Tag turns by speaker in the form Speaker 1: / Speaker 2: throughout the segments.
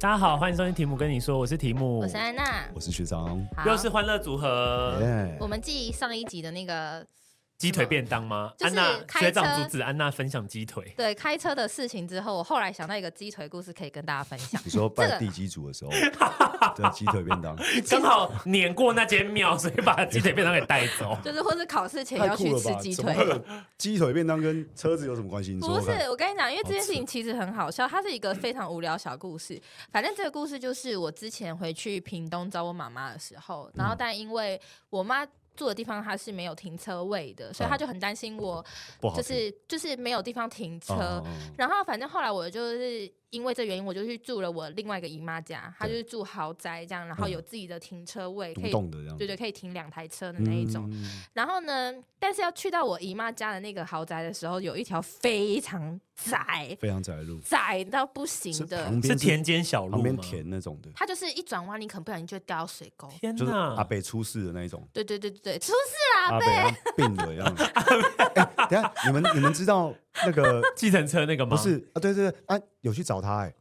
Speaker 1: 大家好，欢迎收听提姆跟你说，我是提姆，
Speaker 2: 我是安娜。
Speaker 3: 我是学长，哦
Speaker 2: 好，
Speaker 1: 又是欢乐组合
Speaker 3: 耶。
Speaker 2: 我们记上一集的那个
Speaker 1: 鸡腿便当吗？
Speaker 2: 就
Speaker 1: 安
Speaker 2: 是
Speaker 1: 娜
Speaker 2: 开
Speaker 1: 学长
Speaker 2: 车
Speaker 1: 阻止安娜分享鸡 腿，
Speaker 2: 对开车的事情之后，我后来想到一个鸡腿故事可以跟大家分享
Speaker 3: 你说
Speaker 2: 这
Speaker 3: 拜
Speaker 2: 个
Speaker 3: 地基组的时 候，对鸡腿便当，
Speaker 1: 刚好碾过那间庙，所以把鸡腿便当给带走。
Speaker 2: 就是或是考试前
Speaker 3: 太
Speaker 2: 要去
Speaker 3: 酷了
Speaker 2: 吃
Speaker 3: 吧？
Speaker 2: 鸡
Speaker 3: 怎么
Speaker 2: 腿
Speaker 3: 会，有鸡腿便当跟车子有什么关系？你说
Speaker 2: 不
Speaker 3: 说
Speaker 2: 是
Speaker 3: 看，
Speaker 2: 我跟你讲，因为这件事
Speaker 3: 好
Speaker 2: 情其实很好笑，它是一个非常无聊小故事。反正这个故事就是我之前回去屏东找我妈妈的时候，然后
Speaker 3: 嗯
Speaker 2: 但因为我妈住的地方她是没有停车位的，所以她就很担心我，
Speaker 3: 哦不好
Speaker 2: 就
Speaker 3: 听，
Speaker 2: 是就是没有地方停车。
Speaker 3: 哦哦
Speaker 2: 然后反正后来我就是因为这原因，我就去住了我另外一个姨妈家，她就是住豪宅这样，然后有自己的停车位，
Speaker 3: 哦
Speaker 2: 可
Speaker 3: 嗯独
Speaker 2: 以
Speaker 3: 栋的这样，
Speaker 2: 对对，可以停两台车的那一种。
Speaker 3: 嗯，
Speaker 2: 然后呢，但是要去到我姨妈家的那个豪宅的时候，有一条非常窄，
Speaker 3: 非常窄的路，
Speaker 2: 窄到不
Speaker 3: 是
Speaker 2: 行的
Speaker 3: 旁，
Speaker 1: 是
Speaker 3: 边
Speaker 1: 田间小
Speaker 3: 旁
Speaker 1: 路
Speaker 3: 边
Speaker 1: 吗？
Speaker 3: 田那种的，
Speaker 2: 它就是一转弯，你可能不小心就会掉到水沟。
Speaker 1: 天
Speaker 3: 就是阿
Speaker 1: 哪！
Speaker 3: 北出事的那一种，
Speaker 2: 对对对对，对出事啦！
Speaker 3: 阿北他病了 一样。哎，等一下你们你们知道那个
Speaker 1: 计程车那个吗？
Speaker 3: 不，是啊？对对对啊，有去找他哎，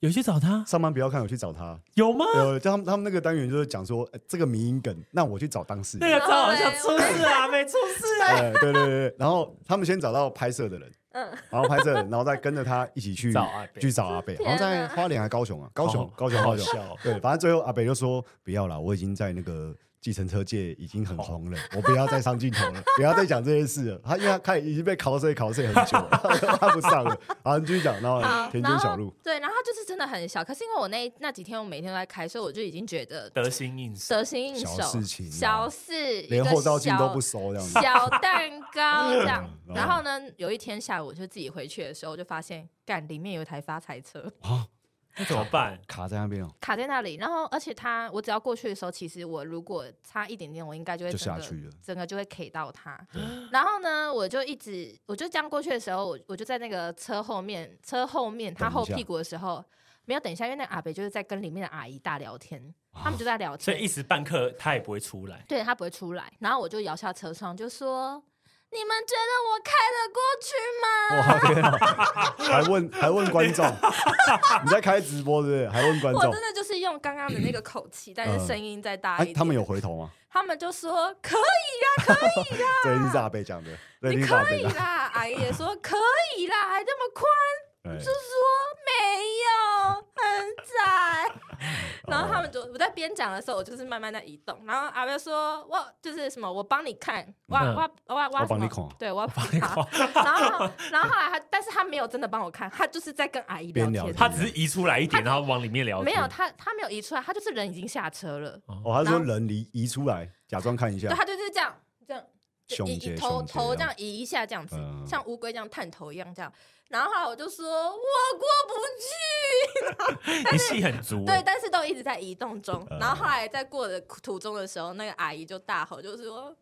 Speaker 1: 有去找他？
Speaker 3: 上班不要看，有去找他。
Speaker 1: 有吗？
Speaker 3: 呃，就他们他们那个单元就是讲说哎这个迷因梗，那我去找当事人
Speaker 1: 那。个超好笑，出事
Speaker 2: 哦
Speaker 1: 啊，没出事 啊！
Speaker 3: 哎，对对对，对然后他们先找到拍摄的人，
Speaker 2: 嗯，
Speaker 3: 然后拍摄的人，然后再跟着他一起去
Speaker 1: 找阿北
Speaker 3: 去找阿北，好像在花莲还高雄啊，高雄
Speaker 1: 好
Speaker 3: 高雄
Speaker 1: 好
Speaker 3: 高雄
Speaker 1: 笑哦，
Speaker 3: 对，反正最后阿北就说不要了，我已经在那个计程车界已经很红了，我不要再上镜头了，不要再讲这件事了。他因为他看已经被考碎考碎很久了，他不上了。好，你继续讲，然后
Speaker 2: 好，
Speaker 3: 田
Speaker 2: 啊然
Speaker 3: 间
Speaker 2: 后
Speaker 3: 哦小路，
Speaker 2: 对，然后它就是真的很小，可是因为我那那几天我每天都在开，所以我就已经觉得
Speaker 1: 得心应手，
Speaker 2: 得心应手，
Speaker 3: 小事情啊
Speaker 2: 小事，
Speaker 3: 连
Speaker 2: 一个
Speaker 3: 后照镜都
Speaker 2: 小
Speaker 3: 不收这样子。
Speaker 2: 小蛋糕这样
Speaker 3: 。嗯
Speaker 2: 然后呢，有一天下午我就自己回去的时候，我就发现干里面有一台发财车
Speaker 3: 啊，
Speaker 1: 那怎么办？
Speaker 3: 卡在那 边哦，
Speaker 2: 卡在那里，然后而且它我只要过去的时候，其实我如果差一点点，我应该就会
Speaker 3: 就
Speaker 2: 整
Speaker 3: 下
Speaker 2: 个
Speaker 3: 去了。
Speaker 2: 整个就会 K 到它
Speaker 3: 对。
Speaker 2: 然后呢，我就一直我就这样过去的时候，我我就在那个车后面，车后面他
Speaker 3: 等一
Speaker 2: 后
Speaker 3: 下
Speaker 2: 屁股的时候。没有等一下，因为那个阿北就是在跟里面的阿姨大聊天，
Speaker 3: 啊
Speaker 2: 他们就在聊
Speaker 1: 所
Speaker 2: 天
Speaker 1: 以一，时半刻他也不会出来。
Speaker 2: 对他不会出来。然后我就摇下车窗，就说：“你们觉得我开得过去吗？”
Speaker 3: 哇天啊！还 问还问观众，你在开直播对不对？还问观
Speaker 2: 我
Speaker 3: 众
Speaker 2: 真，的就是用刚刚的那个口气，但是声音再大一
Speaker 3: 哎，
Speaker 2: 点。
Speaker 3: 他们有回头吗？
Speaker 2: 他们就说可以
Speaker 3: 这一定是阿贝讲的，这一
Speaker 2: 啊你
Speaker 3: 定是阿
Speaker 2: 可
Speaker 3: 贝
Speaker 2: 以
Speaker 3: 讲的。
Speaker 2: 啦，阿姨也说可以啦，还这么宽，
Speaker 3: 对
Speaker 2: 就说没有，很窄。然后他们就我在边讲的时候，我就是慢慢在移动。然后阿贝说，我就是什么，我帮你看，哇
Speaker 1: 嗯
Speaker 2: 哇哇哇，
Speaker 3: 我帮你
Speaker 2: 什么
Speaker 3: 看
Speaker 2: 对，我要帮你看。然后然后后来他，但是他没有真的帮我看，他就是在跟阿姨聊
Speaker 3: 边聊
Speaker 2: 天。
Speaker 1: 他只是移出来一点，然后往里面聊
Speaker 2: 没
Speaker 1: 天。
Speaker 2: 有他，他没有移出来，他就是人已经下车了。
Speaker 3: 哦，他说人离移出来，假装看一下
Speaker 2: 对，，他就是这样这样就
Speaker 3: 胸
Speaker 2: 移
Speaker 3: 贴
Speaker 2: 移头
Speaker 3: 胸贴
Speaker 2: 头
Speaker 3: 这
Speaker 2: 这
Speaker 3: 样
Speaker 2: 样移一下，这样子、
Speaker 3: 嗯
Speaker 2: 像乌龟这样探头一样这样。然后后来我就说我过
Speaker 1: 你戏很足
Speaker 2: 不去，
Speaker 1: 欸。
Speaker 2: 对，但是都一直在移动中。
Speaker 3: 嗯
Speaker 2: 然后后来在过的途中的时候，那个阿姨就大吼，就说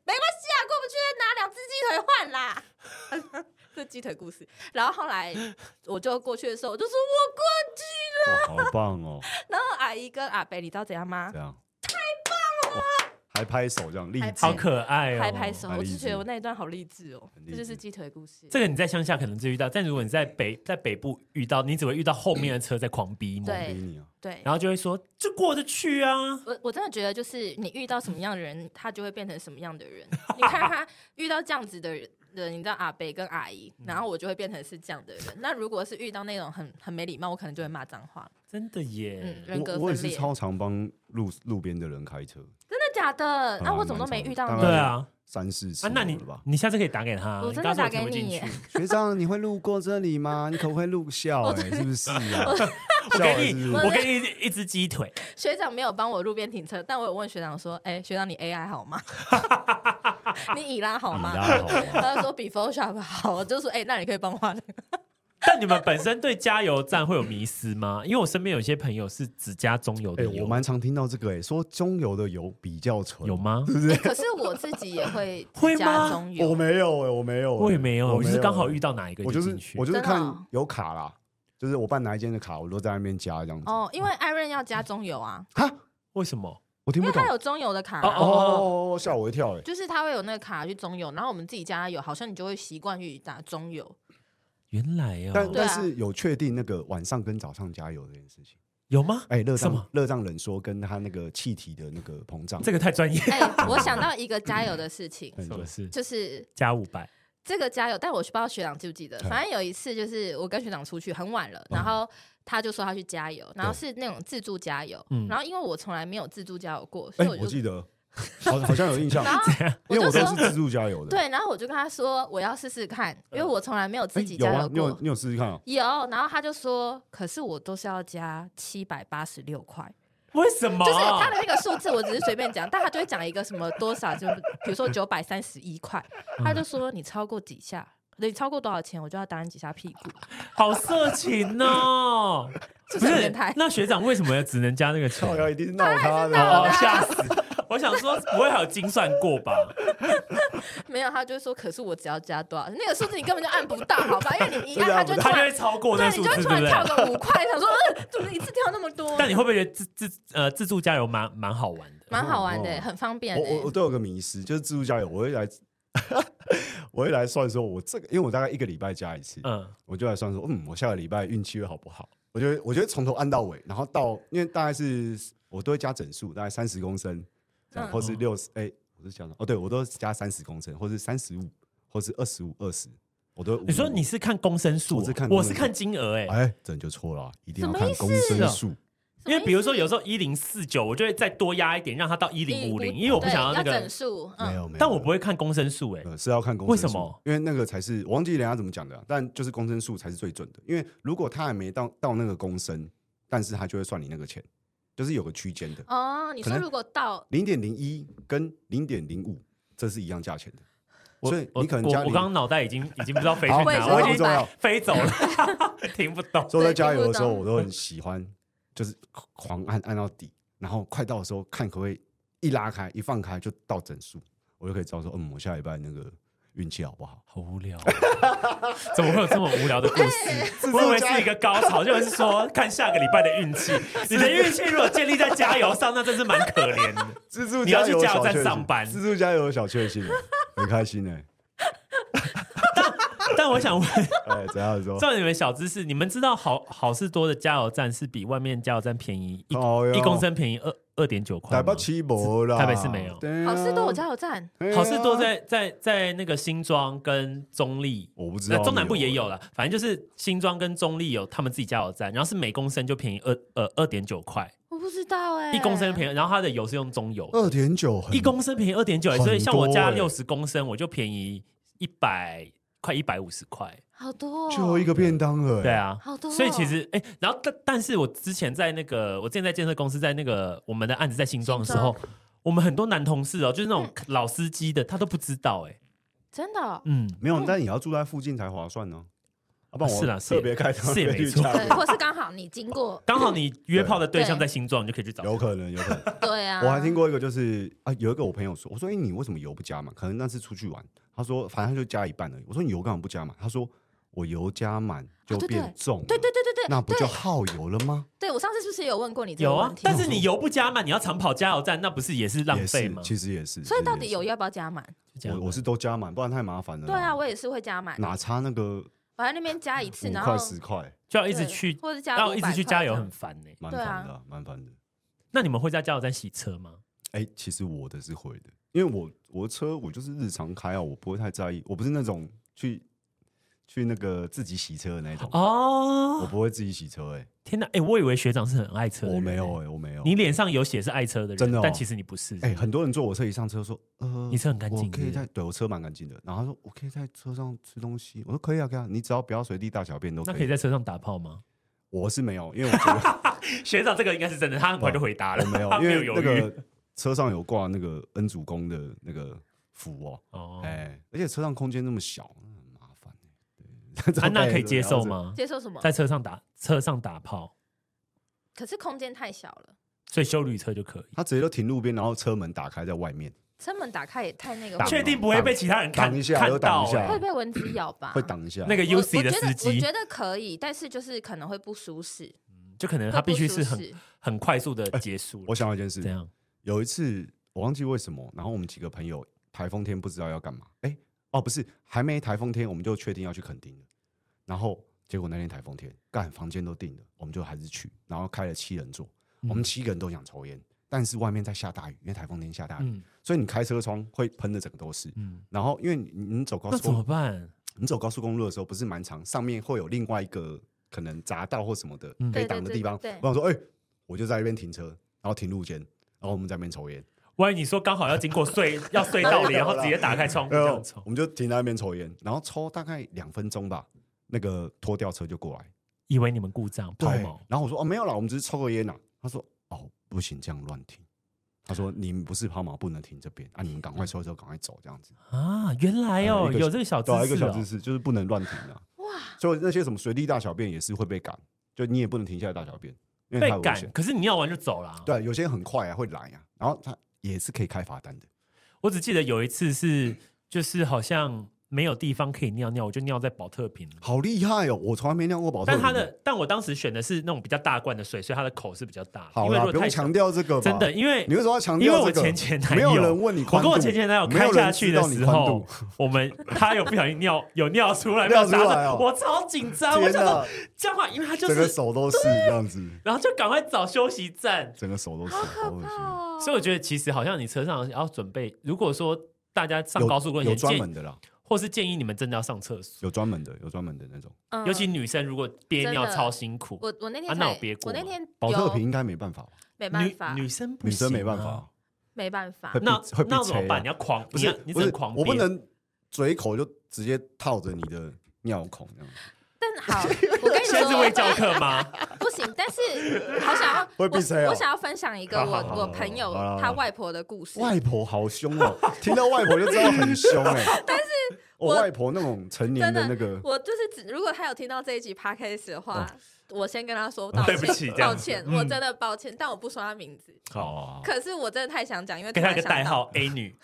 Speaker 2: 没关系啊，过不去拿两只鸡腿换啦。 这鸡腿故事。然后后来我就过去的时候，我就说我过去。
Speaker 3: 哇，好棒哦，
Speaker 2: 然后阿姨跟阿北，你知道怎样吗
Speaker 3: 这？样太棒了，还拍手这样励
Speaker 2: 还
Speaker 3: 志
Speaker 2: 拍
Speaker 1: 好可爱哦！
Speaker 2: 拍拍手，
Speaker 3: 好
Speaker 2: 我
Speaker 3: 哎励
Speaker 2: 就觉
Speaker 3: 志
Speaker 2: 得我那一段好励志哦
Speaker 3: 很，
Speaker 2: 这
Speaker 3: 励
Speaker 2: 就是
Speaker 3: 志
Speaker 2: 鸡腿故事。
Speaker 1: 这个你在乡下可能只遇到，但如果你在北在北部遇到，你只会遇到后面的车在狂逼你，
Speaker 2: 对
Speaker 3: 给你啊，
Speaker 2: 对，
Speaker 1: 然后就会说这过得去啊。
Speaker 2: 我我真的觉得，就是你遇到什么样的人，他就会变成什么样的人。你看他遇到这样子的人，人你知道阿北跟阿姨，然后我就会变成是这样的人。那如果是遇到那种很很没礼貌，我可能就会骂脏话。
Speaker 1: 真的耶，
Speaker 2: 嗯，人格
Speaker 3: 我我也
Speaker 2: 分
Speaker 3: 是
Speaker 2: 裂，
Speaker 3: 超常帮路路边的人开车
Speaker 2: 真的假的？
Speaker 3: 嗯
Speaker 2: 那我怎么都没遇到
Speaker 3: 蛮
Speaker 2: 你
Speaker 3: 常？
Speaker 1: 对啊，
Speaker 3: 三四次
Speaker 1: 啊，那你
Speaker 3: 了吧？
Speaker 1: 你下次可以打给他，
Speaker 2: 我
Speaker 1: 你
Speaker 2: 真的
Speaker 1: 告诉
Speaker 2: 打
Speaker 1: 听
Speaker 2: 给
Speaker 1: 不进
Speaker 2: 你
Speaker 1: 去
Speaker 2: 耶。
Speaker 3: 学长，你会路过这里吗？你可不可以录笑？哎， 是不是啊？
Speaker 1: 我
Speaker 3: 笑了
Speaker 1: 给
Speaker 3: 是不
Speaker 1: 你，
Speaker 3: 是
Speaker 1: 我给你一一只鸡腿，
Speaker 2: 学长没有帮我路边停车，但我有问学长说：“哎、学长你 AI 好吗？ 你以拉好
Speaker 3: 你
Speaker 2: 吗？”
Speaker 3: 拉好啊
Speaker 2: 他就说比 Photoshop 好，我就说：“哎、那你可以帮我画那个。
Speaker 1: 但你们本身对加油站会有迷思吗？因为我身边有些朋友是只加中油的
Speaker 3: 哎，
Speaker 1: 油，
Speaker 3: 我蛮常听到这个哎，说中油的油比较纯，
Speaker 1: 有？吗？
Speaker 2: 哎可是我自己也会
Speaker 1: 会吗
Speaker 2: 加中油，
Speaker 3: 我没有哎，我没有哎，
Speaker 1: 我也没有，我就是刚好
Speaker 3: 哎
Speaker 1: 遇到哪一个
Speaker 3: 我就
Speaker 1: 进
Speaker 3: 是
Speaker 1: 去
Speaker 3: 我。就是
Speaker 2: 真的
Speaker 3: 看
Speaker 2: 哦
Speaker 3: 有卡啦，就是我办哪一间的卡，我都在那边加这样子。
Speaker 2: 哦，因为艾瑞要加中油啊，
Speaker 3: 哈，
Speaker 1: 为什么？
Speaker 3: 我
Speaker 2: 因
Speaker 3: 听不
Speaker 2: 为
Speaker 3: 懂
Speaker 2: 他。有中油的卡啊、
Speaker 1: 哦
Speaker 3: 哦，吓我一跳哎！
Speaker 2: 就是他会有那个卡去中油，然后我们自己加油，好像你就会习惯去打中 油。
Speaker 1: 原来
Speaker 3: 但
Speaker 1: 哦，
Speaker 2: 对啊
Speaker 3: 但是有确定那个晚上跟早上加油这件事情，
Speaker 1: 有吗？
Speaker 3: 哎，热
Speaker 1: 什么
Speaker 3: 胀热胀冷缩跟它那个气体的那个膨胀，
Speaker 1: 这个太专业，
Speaker 2: 哎、我想到一个加油的事 情，
Speaker 3: 嗯
Speaker 1: 什么事？
Speaker 2: 就是
Speaker 1: 加五百，
Speaker 2: 这个加油，但我不知道学长记不记得。
Speaker 3: 对
Speaker 2: 反正有一次，就是我跟学长出去很晚
Speaker 3: 嗯
Speaker 2: 了，然后他就说他去加油，然后是那种自助加油
Speaker 1: 嗯，
Speaker 2: 然后因为我从来没有自助加油过，所
Speaker 3: 哎
Speaker 2: 以我，
Speaker 3: 我
Speaker 2: 就
Speaker 3: 记得好好像有印象，
Speaker 2: 然 后我
Speaker 3: 因为
Speaker 2: 就
Speaker 3: 我都是
Speaker 2: 说
Speaker 3: 自助加油的。
Speaker 2: 对，然后我就跟他说我要试试看，因为我从来没有
Speaker 3: 哎，
Speaker 2: 自己
Speaker 3: 有
Speaker 2: 加
Speaker 3: 啊
Speaker 2: 油，
Speaker 3: 你有
Speaker 2: 过。
Speaker 3: 你有试试看啊？
Speaker 2: 有，然后他就说，可是我都是要加七百八十六块，
Speaker 1: 为什么？
Speaker 2: 就是他的那个数字，我只是随便讲，但他就会讲一个什么多少，就是比如说九百三十一块，
Speaker 1: 嗯
Speaker 2: 他就说你超过几下，你超过多少钱，我就要打你几下屁股，
Speaker 1: 好色情 哦！不
Speaker 2: 是不是很
Speaker 1: 是
Speaker 2: 变态，？
Speaker 1: 那学长为什么只能加那个球？
Speaker 3: 靠腰
Speaker 1: 哦，
Speaker 3: 一定是闹他的啊，
Speaker 1: 哦吓死！我想说不会还有精算过吧？
Speaker 2: 没有，他就说，可是我只要加多少，那个数字你根本就按不到，好吧？因为你一
Speaker 3: 真的
Speaker 2: 按，他
Speaker 3: 按不
Speaker 2: 就
Speaker 1: 啊
Speaker 2: 突
Speaker 3: 到
Speaker 1: 他就
Speaker 2: 然
Speaker 1: 会超过那
Speaker 2: 对，你
Speaker 1: 数
Speaker 2: 就
Speaker 1: 字，对
Speaker 2: 会突
Speaker 1: 不
Speaker 2: 然
Speaker 1: 对？
Speaker 2: 跳个五块，想说，呃，怎么一次跳那么多？
Speaker 1: 但你会不会觉得自自呃自助加油蛮蛮好玩的？
Speaker 2: 蛮好玩的，
Speaker 3: 哦
Speaker 2: 很方便
Speaker 3: 我
Speaker 2: 的。
Speaker 3: 我我都有个迷失，就是自助加油，我会来， 我会来算说，我这个，因为我大概一个礼拜加一次，
Speaker 1: 嗯，
Speaker 3: 我就来算说，嗯，我下个礼拜运气会好不好？我觉得，我觉得从头按到尾，然后到，因为大概是我都会加整数，大概三十公升，这样，
Speaker 2: 嗯
Speaker 3: 或
Speaker 1: 哦
Speaker 3: 是六十，哎，我是想哦，对我都是加三十公升，或是三十五，或是二十五、二十，我都会
Speaker 1: 你说
Speaker 3: 55
Speaker 1: 你是看公升数
Speaker 3: 我是
Speaker 1: 啊，
Speaker 3: 看
Speaker 1: 我是
Speaker 3: 公升数
Speaker 1: 看金额哎，
Speaker 3: 哎，这你就错了啊，一定要
Speaker 2: 什么
Speaker 3: 看
Speaker 2: 意思
Speaker 3: 公升数，
Speaker 2: 什么
Speaker 1: 因为比如说
Speaker 2: 意思
Speaker 1: 有时候一零四九，我就会再多压一点，让它到一零五零，因为我不
Speaker 2: 对
Speaker 1: 想要
Speaker 2: 要
Speaker 1: 那个
Speaker 2: 整，数，
Speaker 3: 没
Speaker 2: 嗯，
Speaker 3: 有没
Speaker 1: 啊
Speaker 3: 有，
Speaker 1: 但我不
Speaker 3: 会，
Speaker 1: 会看公升数哎，
Speaker 3: 呃是要看公
Speaker 1: 为
Speaker 3: 升
Speaker 1: 什
Speaker 3: 数
Speaker 1: 么？
Speaker 3: 因为那个才是我忘记人家怎么讲的啊，但就是公升数才是最准的，因为如果他还没到到那个公升，但是他就会算你那个钱，就是有个区间的。
Speaker 2: 哦，你
Speaker 3: 可
Speaker 2: 说
Speaker 3: 能
Speaker 2: 如果到
Speaker 3: 零点零一跟零点零五，这是一样价钱的。
Speaker 1: 我
Speaker 3: 所以
Speaker 1: 我
Speaker 3: 你可能
Speaker 1: 我
Speaker 3: 家
Speaker 1: 我
Speaker 3: 里
Speaker 1: 刚刚脑袋已经已经不知道飞去
Speaker 3: 好
Speaker 1: 哪，
Speaker 2: 我
Speaker 1: 我
Speaker 2: 也
Speaker 1: 已经
Speaker 2: 是
Speaker 3: 不重要。
Speaker 1: 飞走了， 听不懂。
Speaker 3: 所以我
Speaker 2: 对
Speaker 3: 在加油的时候，
Speaker 2: 听
Speaker 3: 我都很喜欢，就是狂按按到底，然后快到的时候看可不可以一拉开一放开就到整数，我就可以知道说，嗯，我下礼拜那个运气好不好？
Speaker 1: 好无聊、 怎么会有这么无聊的故 事？我以为是一个高潮，就是说看下个礼拜的运气。 你的运气如果建立在加油上，那真是蛮可怜的。
Speaker 3: 自助
Speaker 1: 你要
Speaker 3: 加
Speaker 1: 去
Speaker 3: 油
Speaker 1: 加油
Speaker 3: 小
Speaker 1: 站
Speaker 3: 确幸，
Speaker 1: 上班
Speaker 3: 自助加油小 确幸啊，很开心哎、
Speaker 1: 但我想问，
Speaker 3: 哎，怎样说？
Speaker 1: 照你们小知识，你们知道好好事多的加油站是比外面加油站便宜一、
Speaker 3: 哦哟
Speaker 1: 一公，升便宜二二点九块
Speaker 3: 台
Speaker 1: 吗
Speaker 3: 北？七博啦，
Speaker 1: 台北是没有
Speaker 3: 对啊
Speaker 2: 好事多我，加油站，
Speaker 3: 对啊
Speaker 1: 好事多在在在那个新庄跟中立。
Speaker 3: 我不知
Speaker 1: 那
Speaker 3: 道，
Speaker 1: 中南部也有，了，反正就是新庄跟中立有他们自己加油站，然后是每公升就便宜二呃二点九块，
Speaker 2: 我不知道哎，
Speaker 1: 一公升便宜，然后它的油是用中油的，
Speaker 3: 二点九，
Speaker 1: 一公升便宜二点九，
Speaker 3: 呃很多
Speaker 1: 所以像我加
Speaker 3: 欸
Speaker 1: 六十公升，我就便宜一百快一百五十块。
Speaker 2: 好多哦，
Speaker 3: 就一个便当了、哎
Speaker 1: 对，啊，
Speaker 2: 好多哦，
Speaker 1: 所以其实哎、然后但但是我之前在那个我之前在建设公司，在那个我们的案子在新庄的时候
Speaker 2: 新，嗯
Speaker 1: 我们很多男同事哦，就是那种老司机的，他都不知道哎、
Speaker 2: 真的哦，
Speaker 1: 嗯，
Speaker 3: 没有，但也要住在附近才划算呢、要不然我
Speaker 1: 啊是啦是也
Speaker 3: 特别开头
Speaker 1: 是也没错
Speaker 2: 对，或是刚好你经 过，
Speaker 1: 刚好你约炮的对象
Speaker 2: 对
Speaker 1: 在新庄，你就可以去找他。
Speaker 3: 有可能，有可能。
Speaker 2: 对啊，
Speaker 3: 我还听过一个，就是啊，有一个我朋友说，我说，哎、你为什么油不加嘛？可能那次出去玩，他说，反正他就加一半而已。我说，你油干嘛不加嘛？他说，我油加满就
Speaker 2: 哦对对
Speaker 3: 变重了
Speaker 2: 对对对对 对，
Speaker 3: 那不就
Speaker 2: 对
Speaker 3: 耗油了吗？
Speaker 2: 对我上次是不是也有问过你这
Speaker 1: 有
Speaker 2: 个
Speaker 1: 啊
Speaker 2: 问，题？
Speaker 1: 但是你油不加满，你要长跑加油站，那不是也是 浪
Speaker 3: 也
Speaker 1: 费
Speaker 3: 是
Speaker 1: 吗？
Speaker 3: 其实也是。
Speaker 2: 所以
Speaker 3: 其实
Speaker 2: 到底
Speaker 3: 也是
Speaker 2: 油要不要加满？
Speaker 1: 这样
Speaker 3: 我我是都加满，不然太麻烦了。
Speaker 2: 对啊，，我也是会加满，
Speaker 3: 哪差那个
Speaker 2: 我在那边加一次，
Speaker 3: 五
Speaker 2: 然后
Speaker 3: 块十块，
Speaker 1: 就要一直
Speaker 2: 对
Speaker 1: 去，
Speaker 2: 或者加
Speaker 1: 要一直
Speaker 2: 500
Speaker 1: 去
Speaker 2: 块
Speaker 1: 加油，
Speaker 2: 这
Speaker 1: 很
Speaker 2: 样
Speaker 1: 烦呢、
Speaker 3: 蛮
Speaker 2: 对啊
Speaker 3: 烦的啊，蛮烦的。
Speaker 1: 那你们会在加油站洗车吗？
Speaker 3: 哎、其实我的是会的，因为我我的车我就是日常开啊，我不会太在意，我不是那种去去那个自己洗车的那一种，
Speaker 1: 哦，
Speaker 3: 我不会自己洗车、哎，
Speaker 1: 天哪！哎、我以为学长是很爱车的人
Speaker 3: 我没有、哎，我没有。
Speaker 1: 你脸上有写是爱车的人，
Speaker 3: 真的哦
Speaker 1: 但其实你不是。
Speaker 3: 哎、很多人坐我车一上车说，呃，
Speaker 1: 你车很干净
Speaker 3: 我可以
Speaker 1: 是不是
Speaker 3: 在对我车蛮干净的，然后他说我可以在车上吃东西，我说可以啊，可以啊，你只要不要随地大小便都
Speaker 1: 那
Speaker 3: 可
Speaker 1: 可以
Speaker 3: 以。
Speaker 1: 在车上打炮吗？
Speaker 3: 我是没有，因为我觉得
Speaker 1: 学长，这个应该是真的，他很快就回答了，
Speaker 3: 我没 有
Speaker 1: 他，
Speaker 3: 因
Speaker 1: 没有
Speaker 3: 为
Speaker 1: 犹
Speaker 3: 那
Speaker 1: 豫。
Speaker 3: 个车上有挂那个恩主公的那个符哦，
Speaker 1: 哦，
Speaker 3: 哎、而且车上空间那么小，很麻烦、哎
Speaker 1: 安娜
Speaker 3: 对
Speaker 1: 啊可以接受？吗？
Speaker 2: 接受什么？
Speaker 1: 在车上打车上打炮，
Speaker 2: 可是空间太小了，
Speaker 1: 所以修旅车就可以。
Speaker 3: 他直接就停路边，然后车门打开在外面，
Speaker 2: 车门打开也太那个
Speaker 3: 挡，
Speaker 1: 确定不会被其他人看
Speaker 3: 挡一下
Speaker 1: 看
Speaker 3: 有
Speaker 1: 到哎
Speaker 3: 挡一下
Speaker 2: 会被蚊子咬吧？
Speaker 3: 会挡一下。
Speaker 1: 那个
Speaker 2: 我。
Speaker 1: U
Speaker 2: 我
Speaker 1: C
Speaker 2: 觉
Speaker 1: 的
Speaker 2: 得
Speaker 1: 司
Speaker 2: 我
Speaker 1: 机，
Speaker 2: 觉得可以，但是就是可能会不舒适，
Speaker 1: 就可能
Speaker 2: 会
Speaker 1: 他必须
Speaker 2: 不
Speaker 1: 是
Speaker 2: 舒
Speaker 1: 很
Speaker 2: 适
Speaker 1: 很快速的结束
Speaker 3: 我
Speaker 1: 了。
Speaker 3: 想到一件
Speaker 1: 这
Speaker 3: 事，
Speaker 1: 样
Speaker 3: 有一次我忘记为什么，然后我们几个朋友台风天不知道要干嘛，哎、哦不是，还没台风天我们就确定要去垦丁了，然后结果那天台风天，干房间都定了，我们就还是去，然后开了七人座，
Speaker 1: 嗯
Speaker 3: 我们七个人都想抽烟，但是外面在下大雨，因为台风天下大雨，
Speaker 1: 嗯
Speaker 3: 所以你开车窗会喷的整个都是。
Speaker 1: 嗯，
Speaker 3: 然后因为你你你走高
Speaker 1: 那
Speaker 3: 速
Speaker 1: 怎
Speaker 3: 公
Speaker 1: 么
Speaker 3: 路，
Speaker 1: 办？
Speaker 3: 你走高速公路的时候不是蛮长，上面会有另外一个可能匝道或什么的
Speaker 1: 嗯
Speaker 3: 可以挡的地方
Speaker 2: 对对对对。
Speaker 3: 我想说，哎，我就在那边停车，然后停路肩，然后我们在那边抽烟。
Speaker 1: 万一你说刚好要经过隧要隧道 里，然后直接打开窗户
Speaker 3: 没
Speaker 1: 这样
Speaker 3: 有
Speaker 1: 抽，
Speaker 3: 哎我们就停在那边抽烟，然后抽大概两分钟吧，那个拖吊车就过来，
Speaker 1: 以为你们故障抛锚，
Speaker 3: 然后我说哦没有啦，我们只是抽个烟呐、他说哦不行，这样乱停。他说你们不是抛锚不能停这边啊，你们赶快抽一抽，赶快走这样子。
Speaker 1: 啊，原来哦
Speaker 3: 还有一个
Speaker 1: 有这个小知
Speaker 3: 对啊，一个
Speaker 1: 识
Speaker 3: 小知
Speaker 1: 哦，
Speaker 3: 识就是不能乱停啊。哇！所以那些什么随地大小便也是会被赶，就你也不能停下来大小便，因为
Speaker 1: 被
Speaker 3: 太危
Speaker 1: 赶，
Speaker 3: 险。
Speaker 1: 可是你要完就走了。
Speaker 3: 对，有些人很快啊，会来啊，然后他也是可以开罚单的。
Speaker 1: 我只记得有一次是就是好像没有地方可以尿尿，我就尿在保特瓶里。
Speaker 3: 好厉害哦！我从来没尿过保特
Speaker 1: 但
Speaker 3: 瓶。
Speaker 1: 它的，但我当时选的是那种比较大罐的水，所以它的口是比较大的。
Speaker 3: 好
Speaker 1: 因为
Speaker 3: 啦，
Speaker 1: 如
Speaker 3: 不
Speaker 1: 果太
Speaker 3: 用
Speaker 1: 小
Speaker 3: 强调这个吧。
Speaker 1: 真的，，因为
Speaker 3: 你为什么要强
Speaker 1: 因为
Speaker 3: 调
Speaker 1: 我
Speaker 3: 这个？
Speaker 1: 前前男
Speaker 3: 没
Speaker 1: 友，
Speaker 3: 有人问你
Speaker 1: 我
Speaker 3: 宽
Speaker 1: 跟
Speaker 3: 度，
Speaker 1: 我前前男友
Speaker 3: 没
Speaker 1: 开
Speaker 3: 有
Speaker 1: 下
Speaker 3: 人
Speaker 1: 去
Speaker 3: 知
Speaker 1: 的
Speaker 3: 道你
Speaker 1: 时
Speaker 3: 宽
Speaker 1: 候
Speaker 3: 度，
Speaker 1: 我们他有不小心尿有尿出来，被
Speaker 3: 尿
Speaker 1: 我
Speaker 3: 出
Speaker 1: 打到
Speaker 3: 来哦
Speaker 1: 我超紧张，我
Speaker 3: 天
Speaker 1: 想
Speaker 3: 哪
Speaker 1: 说这样话，因为他就
Speaker 3: 整个
Speaker 1: 是，
Speaker 3: 手都是这样子，
Speaker 1: 然后就赶快找休息站。
Speaker 3: 整个手都是，好恶心。
Speaker 2: 哦
Speaker 1: 所以我觉得其实好像你车上要准备，如果说大家上
Speaker 3: 有
Speaker 1: 高速公路
Speaker 3: 有
Speaker 1: 也建
Speaker 3: 专门的啦，
Speaker 1: 或是建议你们真的要上厕所，
Speaker 3: 有专门的，有专门的那种。
Speaker 2: 嗯
Speaker 1: 尤其女生如果憋尿
Speaker 2: 真的
Speaker 1: 超辛苦，
Speaker 2: 我我那天
Speaker 1: 啊那
Speaker 2: 才
Speaker 1: 我憋过
Speaker 2: 我那
Speaker 1: 吗
Speaker 2: 天有
Speaker 3: 保特瓶应该没办法吧，
Speaker 2: 没办
Speaker 1: 女
Speaker 2: 法，
Speaker 1: 女生不
Speaker 3: 女生
Speaker 1: 行
Speaker 3: 没办
Speaker 1: 啊
Speaker 3: 法，，
Speaker 2: 没办法
Speaker 3: 会，
Speaker 1: 那
Speaker 3: 会被
Speaker 1: 那怎么
Speaker 3: 切
Speaker 1: 办？
Speaker 3: 啊
Speaker 1: 你要狂，
Speaker 3: 不
Speaker 1: 你要
Speaker 3: 是
Speaker 1: 你
Speaker 3: 不
Speaker 1: 只能
Speaker 3: 是
Speaker 1: 狂，
Speaker 3: 我不
Speaker 1: 憋
Speaker 3: 能嘴口就直接套着你的尿孔这样 子，
Speaker 2: 但 好，我跟你
Speaker 1: 现在是未
Speaker 2: 说
Speaker 1: 教课吗？
Speaker 2: 不行，但是好想要
Speaker 3: 会闭嘴
Speaker 2: 我
Speaker 3: 哦
Speaker 2: 我想要分享一个
Speaker 1: 好好好
Speaker 2: 我我朋友
Speaker 3: 好好好
Speaker 2: 他外婆的故事，
Speaker 3: 外婆好凶哦，听到外婆就知道很凶哎。但是我
Speaker 2: 我
Speaker 3: 外婆那种成年的那个，
Speaker 2: 我就是只如果他有听到这一集 podcast 的
Speaker 3: 哦
Speaker 2: 话，我先跟他说道
Speaker 1: 对不起
Speaker 2: 歉，
Speaker 1: 这样
Speaker 2: 抱
Speaker 1: 子
Speaker 2: 歉，
Speaker 1: 嗯
Speaker 2: 我真的抱歉，但我不说他名字。
Speaker 1: 好，啊
Speaker 2: 可是我真的太想讲，因为
Speaker 1: 给
Speaker 2: 突
Speaker 1: 她
Speaker 2: 然
Speaker 1: 一个
Speaker 2: 想到
Speaker 1: 代。号 A 女，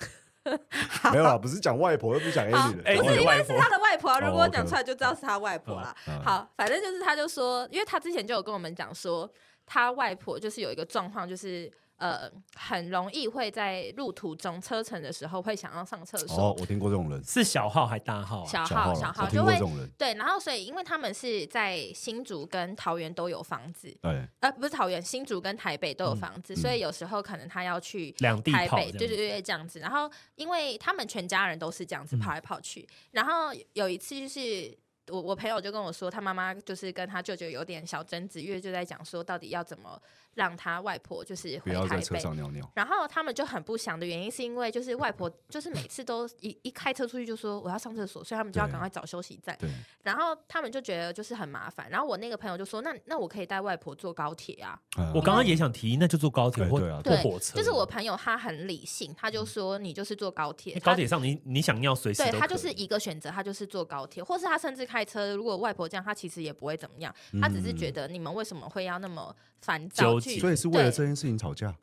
Speaker 3: 没有啦，不是讲外婆，又不是讲 A
Speaker 2: 好
Speaker 3: 女的，
Speaker 1: 哎
Speaker 3: 讲
Speaker 2: 不
Speaker 3: 外
Speaker 2: 是
Speaker 1: 你
Speaker 2: 应
Speaker 3: 婆
Speaker 1: 外
Speaker 2: 该是他的外婆啊，
Speaker 3: 哦
Speaker 2: 如果我
Speaker 3: OK，
Speaker 2: 讲出来就知道是他外婆啦。
Speaker 3: 嗯
Speaker 2: 好，反正就是他就说，因为他之前就有跟我们讲说，他外婆就是有一个状况，就是呃，很容易会在路途中车程的时候会想要上厕所
Speaker 3: 哦，，我听过这种人，
Speaker 1: 是小号还大号啊？
Speaker 2: 小
Speaker 3: 小号
Speaker 2: 号小
Speaker 3: 啦，我
Speaker 2: 号
Speaker 3: 听
Speaker 2: 就
Speaker 3: 过
Speaker 2: 会
Speaker 3: 这种人，
Speaker 2: 对，然后所以因为他们是在新竹跟桃园都有房子，
Speaker 3: 对，
Speaker 2: 呃，不是桃园，新竹跟台北都有房子，
Speaker 3: 嗯
Speaker 2: 所以有时候可能他要去
Speaker 1: 两地
Speaker 2: 台
Speaker 1: 跑
Speaker 2: 北，对对
Speaker 1: 这样，
Speaker 2: 对，对这样子。然后因为他们全家人都是这样子
Speaker 1: 嗯
Speaker 2: 跑来跑去，然后有一次就是。我我朋友就跟我说，他妈妈就是跟他舅舅有点小争执，因为就在讲说到底要怎么让他外婆就是
Speaker 3: 不
Speaker 2: 回
Speaker 3: 要
Speaker 2: 台
Speaker 3: 在车
Speaker 2: 北。
Speaker 3: 上尿尿。
Speaker 2: 然后他们就很不想的原因是因为就是外婆就是每次都一一开车出去就说我要上厕所，所以他们就要
Speaker 1: 啊
Speaker 3: 对
Speaker 2: 赶快找休息站。
Speaker 3: 对，
Speaker 2: 然后他们就觉得就是很麻烦。然后我那个朋友就说：“那那我可以带外婆坐高铁啊。
Speaker 3: 嗯
Speaker 1: 我刚刚也想提议，那就坐高铁
Speaker 3: 对
Speaker 1: 或
Speaker 3: 对啊
Speaker 1: 或火车，嗯
Speaker 2: 就是我朋友他很理性，他就说：“你就是坐高铁。
Speaker 1: 因为
Speaker 2: 他
Speaker 1: 高铁上你你想尿随时
Speaker 2: 对
Speaker 1: 都
Speaker 2: 他
Speaker 1: 可
Speaker 2: 就是
Speaker 1: 以
Speaker 2: 一个选择，他就是坐高铁，或是他甚至开车。如果外婆这样，他其实也不会怎么样，他只是
Speaker 3: 嗯
Speaker 2: 觉得你们为什么会要那么烦躁
Speaker 1: 纠
Speaker 2: 去？
Speaker 1: 结
Speaker 3: 所以是为了
Speaker 2: 对
Speaker 3: 这件事情吵架